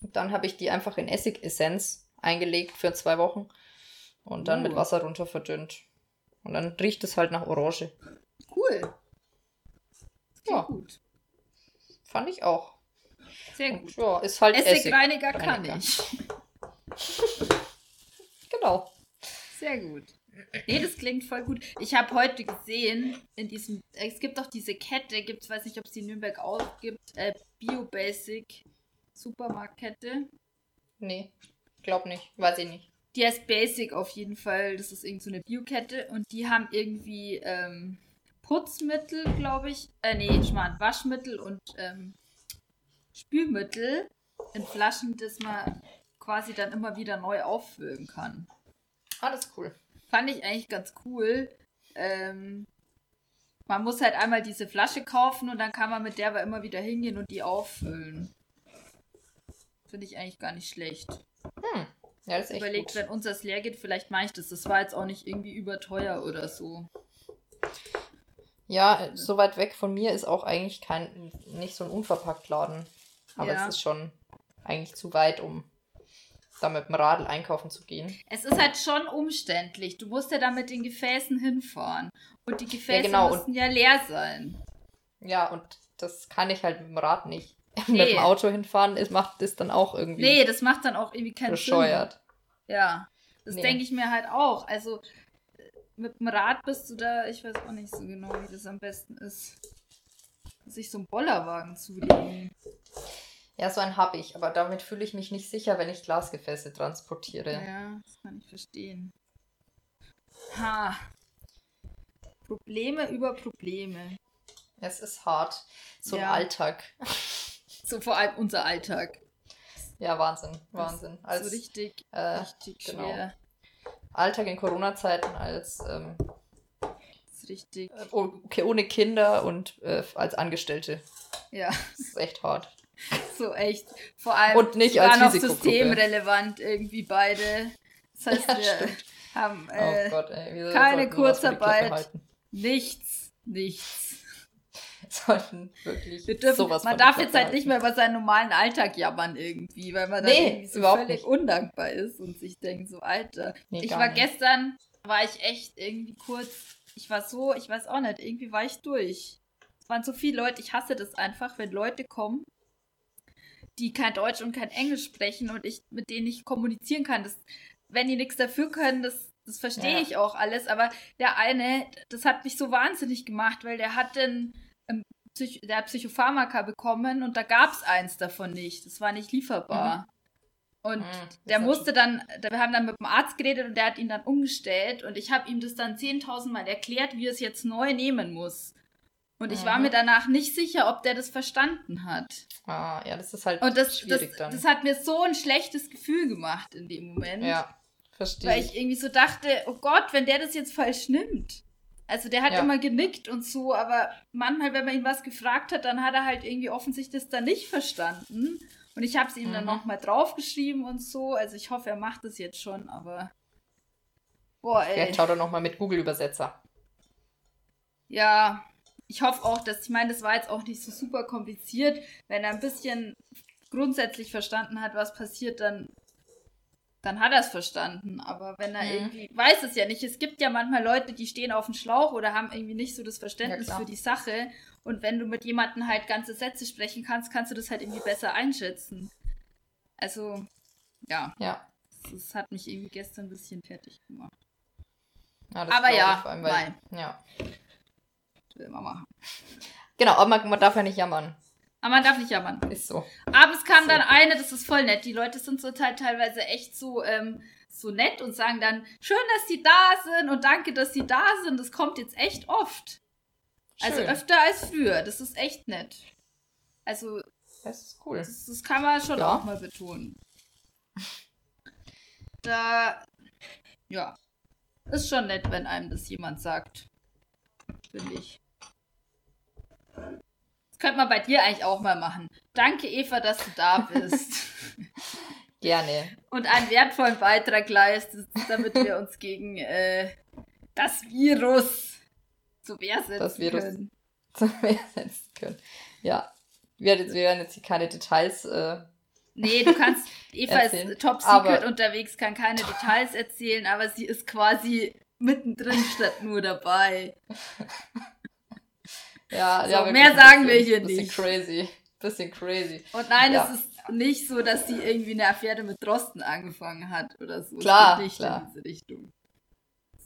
A: Und dann habe ich die einfach in Essigessenz eingelegt für zwei Wochen und dann mit
B: Uh.
A: Wasser runter verdünnt. Und dann riecht es halt nach Orange.
B: Cool. Sehr
A: Ja.
B: gut.
A: Fand ich auch.
B: Sehr
A: Und
B: gut.
A: ja, ist halt Essig.
B: Essigreiniger kann
A: Reiniger.
B: ich.
A: Genau.
B: Sehr gut. Nee, das klingt voll gut. Ich habe heute gesehen, in diesem, es gibt doch diese Kette, gibt's, weiß nicht, ob es die in Nürnberg auch gibt, äh, Bio Basic Supermarktkette.
A: Nee, glaub nicht. Weiß ich nicht.
B: Die heißt Basic auf jeden Fall. Das ist irgend so eine Biokette und die haben irgendwie ähm, Putzmittel, glaube ich. Äh, nee, Schmarrn, Waschmittel und ähm, Spülmittel in Flaschen, das man quasi dann immer wieder neu auffüllen kann.
A: Ah, das ist cool.
B: Fand ich eigentlich ganz cool. Ähm, man muss halt einmal diese Flasche kaufen und dann kann man mit der aber immer wieder hingehen und die auffüllen. Finde ich eigentlich gar nicht schlecht.
A: Hm. Ja, das ist echt
B: Überlegt,
A: gut.
B: wenn uns das leer geht, vielleicht mache ich das. Das war jetzt auch nicht irgendwie überteuer oder so.
A: Ja, äh, so weit weg von mir ist auch eigentlich kein, nicht so ein unverpackt Laden. Aber
B: Ja.
A: es ist schon eigentlich zu weit, um da mit dem Radl einkaufen zu gehen.
B: Es ist halt schon umständlich. Du musst ja da mit den Gefäßen hinfahren. Und die Gefäße
A: genau, und-
B: müssen ja leer sein.
A: Ja, und das kann ich halt mit dem Rad nicht. mit
B: Nee.
A: dem Auto hinfahren ist, macht das dann auch irgendwie
B: Nee, das macht dann auch irgendwie keinen Sinn.
A: bescheuert.
B: Ja, das
A: Nee.
B: denke ich mir halt auch. Also äh, mit dem Rad bist du da, ich weiß auch nicht so genau, wie das am besten ist. Sich so einen Bollerwagen zulegen.
A: Ja, so einen habe ich, aber damit fühle ich mich nicht sicher, wenn ich Glasgefäße transportiere.
B: Ja, das kann ich verstehen. Ha. Probleme über Probleme.
A: Es ist hart. So
B: Ja.
A: ein Alltag.
B: So vor allem unser Alltag.
A: Ja, Wahnsinn, Wahnsinn.
B: Also
A: Als,
B: so richtig,
A: äh,
B: richtig
A: genau.
B: schwer.
A: Alltag in Corona-Zeiten als ähm,
B: Das ist richtig,
A: äh, okay, ohne Kinder und äh, als Angestellte.
B: ja,
A: Das ist echt hart.
B: so echt. Vor allem
A: Und nicht
B: sogar
A: als
B: noch
A: Risikogruppe.
B: systemrelevant irgendwie beide. Das heißt,
A: Ja,
B: wir
A: stimmt.
B: haben äh,
A: oh Gott, ey. Wir
B: keine
A: sollten sowas für die Klappe
B: Kurzarbeit.
A: halten.
B: nichts, nichts.
A: Sollten wirklich
B: Wir dürfen,
A: sowas
B: man
A: von die
B: darf
A: Klappe
B: jetzt halt
A: halten.
B: nicht mehr über seinen normalen Alltag jammern irgendwie, weil man dann
A: Nee,
B: irgendwie so
A: überhaupt
B: völlig
A: nicht.
B: undankbar ist und sich denkt so, Alter.
A: Nee,
B: ich
A: gar
B: war
A: nicht.
B: gestern, war ich echt irgendwie kurz, ich war so, ich weiß auch nicht, irgendwie war ich durch. Es waren so viele Leute, ich hasse das einfach, wenn Leute kommen, die kein Deutsch und kein Englisch sprechen und ich mit denen nicht kommunizieren kann. Das, wenn die nichts dafür können, das, das verstehe
A: Ja.
B: ich auch alles, aber der eine, das hat mich so wahnsinnig gemacht, weil der hat den, ähm, Psych der hat Psychopharmaka bekommen und da gab es eins davon nicht. Das war nicht
A: Mhm.
B: lieferbar. Und
A: Mm, das
B: der
A: ist
B: musste dann, wir haben dann mit dem Arzt geredet und der hat ihn dann umgestellt und ich habe ihm das dann 10.000 Mal erklärt, wie er es jetzt neu nehmen muss. Und ich war
A: Mhm.
B: mir danach nicht sicher, ob der das verstanden hat.
A: natürlich- Ah, ja, das ist halt
B: Und das, das,
A: schwierig dann.
B: das hat mir so ein schlechtes Gefühl gemacht in dem Moment.
A: ja, verstehe
B: Weil ich irgendwie so dachte, oh Gott, wenn der das jetzt falsch nimmt. Also der hat
A: Ja.
B: immer genickt und so, aber manchmal, wenn man ihn was gefragt hat, dann hat er halt irgendwie offensichtlich das dann nicht verstanden. Und ich habe es ihm dann
A: Mhm.
B: nochmal draufgeschrieben und so. Also ich hoffe, er macht das jetzt schon, aber. Boah, ey.
A: Vielleicht schau doch nochmal mit Google-Übersetzer.
B: Ja, ich hoffe auch, dass, ich meine, das war jetzt auch nicht so super kompliziert. Wenn er ein bisschen grundsätzlich verstanden hat, was passiert, dann, dann hat er es verstanden. Aber wenn er
A: Mhm.
B: irgendwie, weiß es ja nicht. Es gibt ja manchmal Leute, die stehen auf dem Schlauch oder haben irgendwie nicht so das Verständnis
A: klar.
B: für die Sache. Und wenn du mit jemandem halt ganze Sätze sprechen kannst, kannst du das halt irgendwie besser einschätzen. Also, ja,
A: Ja.
B: das hat mich irgendwie gestern ein bisschen fertig gemacht.
A: ja das
B: Aber
A: glaub ich,
B: ja,
A: vor allem, weil-
B: nein.
A: ja.
B: Will man machen.
A: Genau, aber man, man darf ja nicht jammern.
B: Aber man darf nicht jammern.
A: Ist so.
B: Aber es kam
A: So.
B: dann eine, das ist voll nett. Die Leute sind so te- teilweise echt so, ähm, so nett und sagen dann, schön, dass sie da sind und danke, dass sie da sind. Das kommt jetzt echt oft.
A: Schön.
B: Also öfter als früher. Das ist echt nett. Also,
A: Das ist cool.
B: das, das kann man schon
A: Ja.
B: auch mal betonen. Da, ja, ist schon nett, wenn einem das jemand sagt. Finde ich. Das könnte man bei dir eigentlich auch mal machen. Danke, Eva, dass du da bist.
A: Gerne.
B: und einen wertvollen Beitrag leistest, damit wir uns gegen äh, das Virus zu Wehr setzen
A: Das Virus.
B: können.
A: Zum Ersetzen können. Ja. Wir werden jetzt, wir werden jetzt hier keine Details. Äh,
B: Nee, du kannst, Eva
A: Erzählen.
B: ist top secret
A: Aber-
B: unterwegs, kann keine Details erzählen, aber sie ist quasi mittendrin statt nur dabei.
A: ja,
B: So,
A: ja, wirklich
B: mehr
A: ein
B: sagen wir hier
A: bisschen
B: nicht.
A: Crazy. Bisschen crazy.
B: Und nein,
A: Ja.
B: es ist nicht so, dass sie irgendwie eine Affäre mit Drosten angefangen hat oder so. Es
A: Klar,
B: geht nicht
A: klar.
B: in diese Richtung.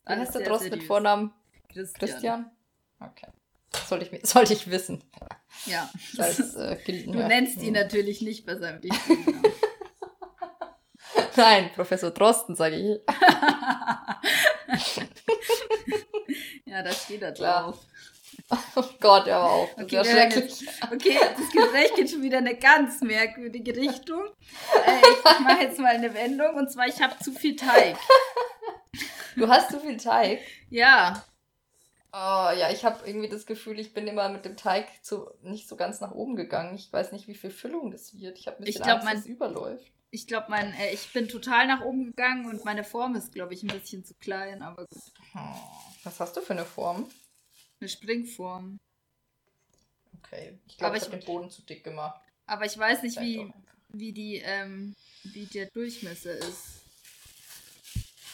A: Wie heißt der
B: sehr
A: Drost mit
B: seriös.
A: Vornamen?
B: Christian.
A: Christian? Okay. Sollte ich, mi- sollte ich wissen.
B: Ja.
A: Als, äh, Gilden-
B: Du
A: ja.
B: nennst
A: Hm.
B: ihn natürlich nicht bei seinem richtigen Namen.
A: Nein, Professor Drosten, sage ich.
B: Ja, da steht er
A: Klar.
B: drauf.
A: Oh Gott, hör auf. Das
B: Okay,
A: ist ja
B: wir hören
A: schrecklich.
B: Okay, das Gespräch geht schon wieder in eine ganz merkwürdige Richtung. Äh, ich mache jetzt mal eine Wendung und zwar, ich habe zu viel Teig.
A: Du hast zu viel Teig.
B: Ja,
A: Oh, ja, ich habe irgendwie das Gefühl, ich bin immer mit dem Teig zu, nicht so ganz nach oben gegangen. Ich weiß nicht, wie viel Füllung das wird. Ich habe ein
B: Ich
A: bisschen
B: glaub,
A: Angst,
B: mein-
A: dass es überläuft.
B: ich glaube, mein, äh, ich bin total nach oben gegangen und meine Form ist, glaube ich, ein bisschen zu klein, aber gut.
A: Hm. Was hast du für eine Form?
B: Eine Springform.
A: Okay. Ich glaube,
B: Aber
A: ich
B: ich-
A: habe den Boden zu dick gemacht.
B: Aber ich weiß nicht,
A: Vielleicht
B: wie,
A: auch einfach.
B: wie, die, ähm, wie der Durchmesser ist.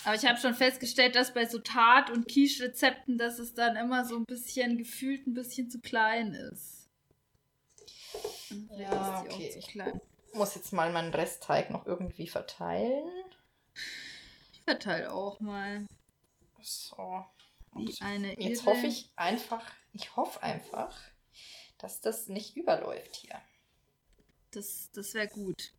B: Aber ich habe schon festgestellt, dass bei so Tart- und Quiche-Rezepten, dass es dann immer so ein bisschen gefühlt ein bisschen zu klein ist. Und vielleicht
A: Ja,
B: ist die auch
A: okay.
B: zu klein.
A: muss jetzt mal meinen Restteig noch irgendwie verteilen.
B: Ich verteile auch mal
A: So.
B: wie eine
A: Jetzt
B: Irre.
A: hoffe ich einfach, ich hoffe einfach, dass das nicht überläuft hier.
B: Das, das wäre gut.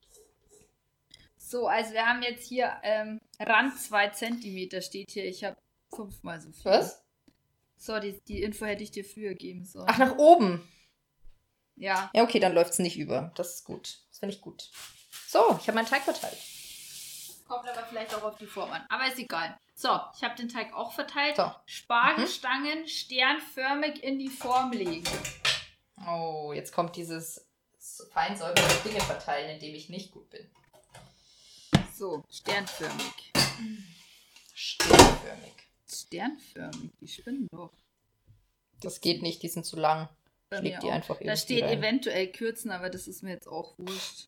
B: So, also wir haben jetzt hier ähm, Rand 2 cm steht hier. Ich habe fünfmal so viel.
A: Was?
B: So, die, die Info hätte ich dir früher geben sollen.
A: Ach, nach oben.
B: Ja,
A: Ja, okay, dann läuft es nicht über. Das ist gut. Das finde ich gut. So, ich habe meinen Teig verteilt.
B: kommt aber vielleicht auch auf die Form an. Aber ist egal. So, ich habe den Teig auch verteilt.
A: So.
B: Spargelstangen sternförmig in die Form legen.
A: Oh, jetzt kommt dieses feinsäuberliche Dinge verteilen, in dem ich nicht gut bin.
B: So, sternförmig.
A: Sternförmig.
B: Sternförmig, die spinnen doch.
A: Das geht nicht, die sind zu lang.
B: Bei
A: Ich
B: mir
A: leg die
B: auch.
A: einfach irgendwie
B: Da steht
A: rein.
B: eventuell kürzen, aber das ist mir jetzt auch wurscht.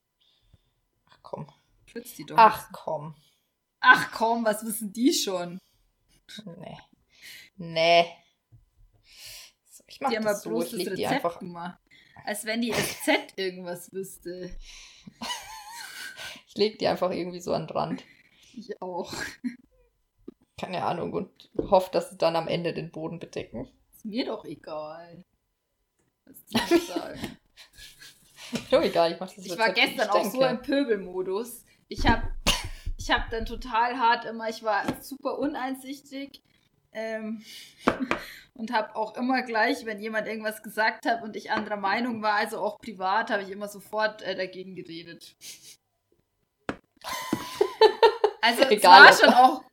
A: Ach komm.
B: Kürzt die doch.
A: Ach komm.
B: Ach komm, was wissen die schon?
A: Nee. Nee. So, ich mach
B: die haben ja
A: das so,
B: bloß
A: ich
B: das
A: leg die
B: Rezept
A: einfach.
B: gemacht. Als wenn die SZ irgendwas wüsste.
A: Ich leg die einfach irgendwie so an den Rand.
B: Ich auch.
A: Keine Ahnung. Und hoffe, dass sie dann am Ende den Boden bedecken.
B: Ist mir doch egal. Was die mir sagen.
A: Mir Oh, egal, ich mach das
B: Ich war
A: Rezept, wie
B: gestern
A: ich
B: auch so im
A: denke.
B: Pöbelmodus. Ich habe ich hab dann total hart immer, ich war super uneinsichtig ähm, und habe auch immer gleich, wenn jemand irgendwas gesagt hat und ich anderer Meinung war, also auch privat, habe ich immer sofort äh, dagegen geredet. Also
A: Egal,
B: es
A: ob-
B: war schon auch,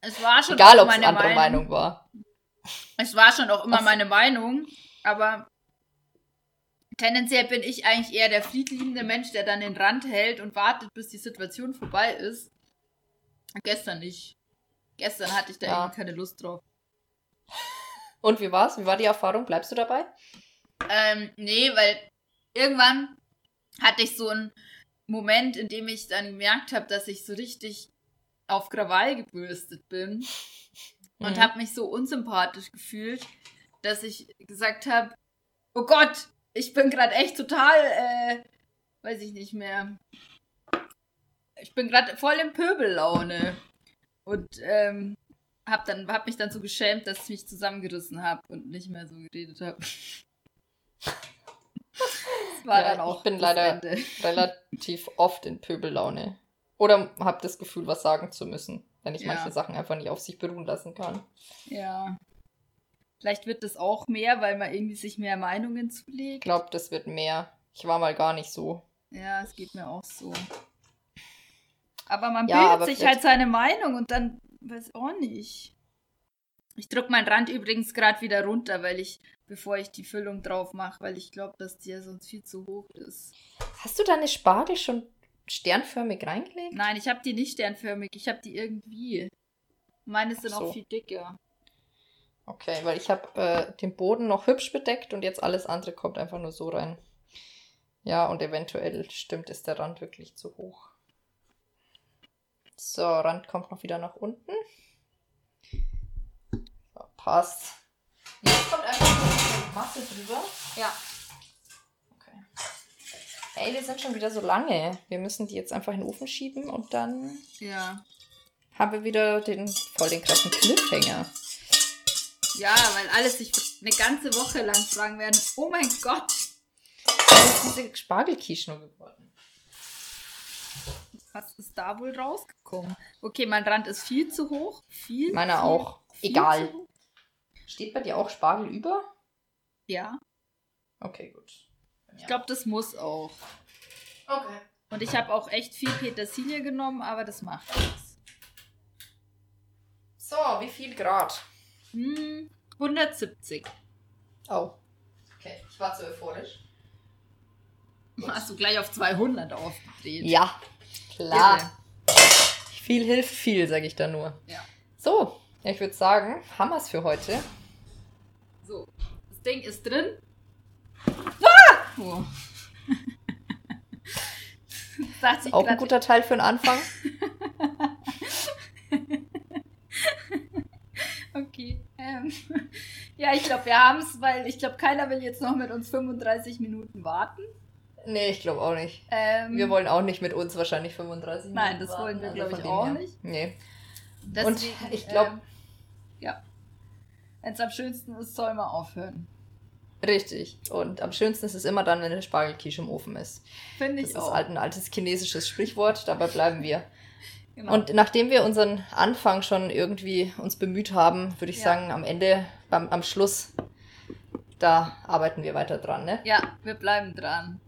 B: es war schon
A: Egal,
B: auch
A: ob es andere Meinung war.
B: es war schon auch immer
A: Was-
B: meine Meinung, aber tendenziell bin ich eigentlich eher der friedliebende Mensch, der dann den Rand hält und wartet, bis die Situation vorbei ist. Gestern nicht. Gestern hatte ich da
A: Ja.
B: irgendwie keine Lust drauf.
A: Und wie war's? Wie war die Erfahrung? Bleibst du dabei?
B: Ähm, nee, weil irgendwann hatte ich so einen Moment, in dem ich dann gemerkt habe, dass ich so richtig auf Krawall gebürstet bin. und
A: Mhm.
B: habe mich so unsympathisch gefühlt, dass ich gesagt habe, oh Gott, ich bin gerade echt total, äh, weiß ich nicht mehr. Ich bin gerade voll in Pöbellaune und ähm, habe dann hab mich dann so geschämt, dass ich mich zusammengerissen habe und nicht mehr so geredet habe. Das war
A: Ja,
B: dann auch
A: ich bin
B: das
A: leider-
B: Ende.
A: relativ oft in Pöbellaune. Oder habe das Gefühl, was sagen zu müssen, wenn ich
B: Ja.
A: manche Sachen einfach nicht auf sich beruhen lassen kann.
B: Ja. Vielleicht wird das auch mehr, weil man irgendwie sich mehr Meinungen
A: Ich
B: zulegt.
A: glaube, das wird mehr. Ich war mal gar nicht so.
B: Ja, es geht mir auch so. Aber man
A: Ja,
B: bildet
A: aber
B: sich
A: vielleicht-
B: halt seine Meinung und dann weiß auch nicht. Ich drück meinen Rand übrigens gerade wieder runter, weil ich, bevor ich die Füllung drauf mache, weil ich glaube, dass die ja sonst viel zu hoch ist.
A: Hast du deine Spargel schon sternförmig reingelegt?
B: Nein, ich habe die nicht sternförmig, ich habe die irgendwie. Meine sind
A: So.
B: auch viel dicker.
A: Okay, weil ich habe äh, den Boden noch hübsch bedeckt und jetzt alles andere kommt einfach nur so rein. Ja, und eventuell stimmt, ist der Rand wirklich zu hoch. So, Rand kommt noch wieder nach unten. So, passt. Jetzt kommt einfach nur ein bisschen Masse drüber.
B: Ja.
A: Okay. Ey, wir sind schon wieder so lange. Wir müssen die jetzt einfach in den Ofen schieben und dann
B: Ja.
A: habe wieder den voll den krassen Cliffhanger.
B: Ja, weil alle sich eine ganze Woche lang fragen werden, oh mein Gott.
A: Was ist diese Spargelkieschen geworden?
B: Was ist da wohl rausgekommen? Okay, mein Rand ist viel zu hoch. Viel.
A: Meiner
B: viel,
A: auch.
B: viel
A: Egal.
B: zu hoch.
A: Steht bei dir auch Spargel über?
B: Ja.
A: Okay, gut.
B: Ich glaube, das muss auch.
A: Okay.
B: Und ich habe auch echt viel Petersilie genommen, aber das macht nichts.
A: So, wie viel Grad?
B: Hm, 170.
A: Oh. Okay, ich war zu euphorisch.
B: Hast du gleich auf 200 aufgedreht.
A: Ja, klar. Viel hilft viel, sage ich da nur.
B: Ja.
A: So, ja, ich würde sagen, haben wir's für heute.
B: So, das Ding ist drin. Ah! Oh. Dachte ich
A: Auch ein
B: grad-
A: guter Teil für den Anfang.
B: Okay. Ähm, ja, ich glaube, wir haben es, weil ich glaube, keiner will jetzt noch mit uns 35 Minuten warten.
A: nee, ich glaube auch nicht.
B: Ähm,
A: Wir wollen auch nicht mit uns wahrscheinlich 35
B: Nein,
A: Minuten
B: das
A: warten,
B: wollen wir,
A: also
B: glaub
A: von
B: ich,
A: dem
B: auch
A: her.
B: nicht.
A: Nee.
B: deswegen,
A: und ich glaub-
B: ähm, ja. Wenn es am schönsten ist, soll man aufhören.
A: Richtig. Und am schönsten ist es immer dann, wenn der Spargelkisch im Ofen ist.
B: Finde
A: Das
B: ich
A: ist
B: auch.
A: halt ein altes chinesisches Sprichwort, dabei bleiben wir.
B: Genau.
A: Und nachdem wir unseren Anfang schon irgendwie uns bemüht haben, würde ich
B: Ja.
A: sagen, am Ende, beim, am Schluss, da arbeiten wir weiter dran, ne?
B: ja, wir bleiben dran.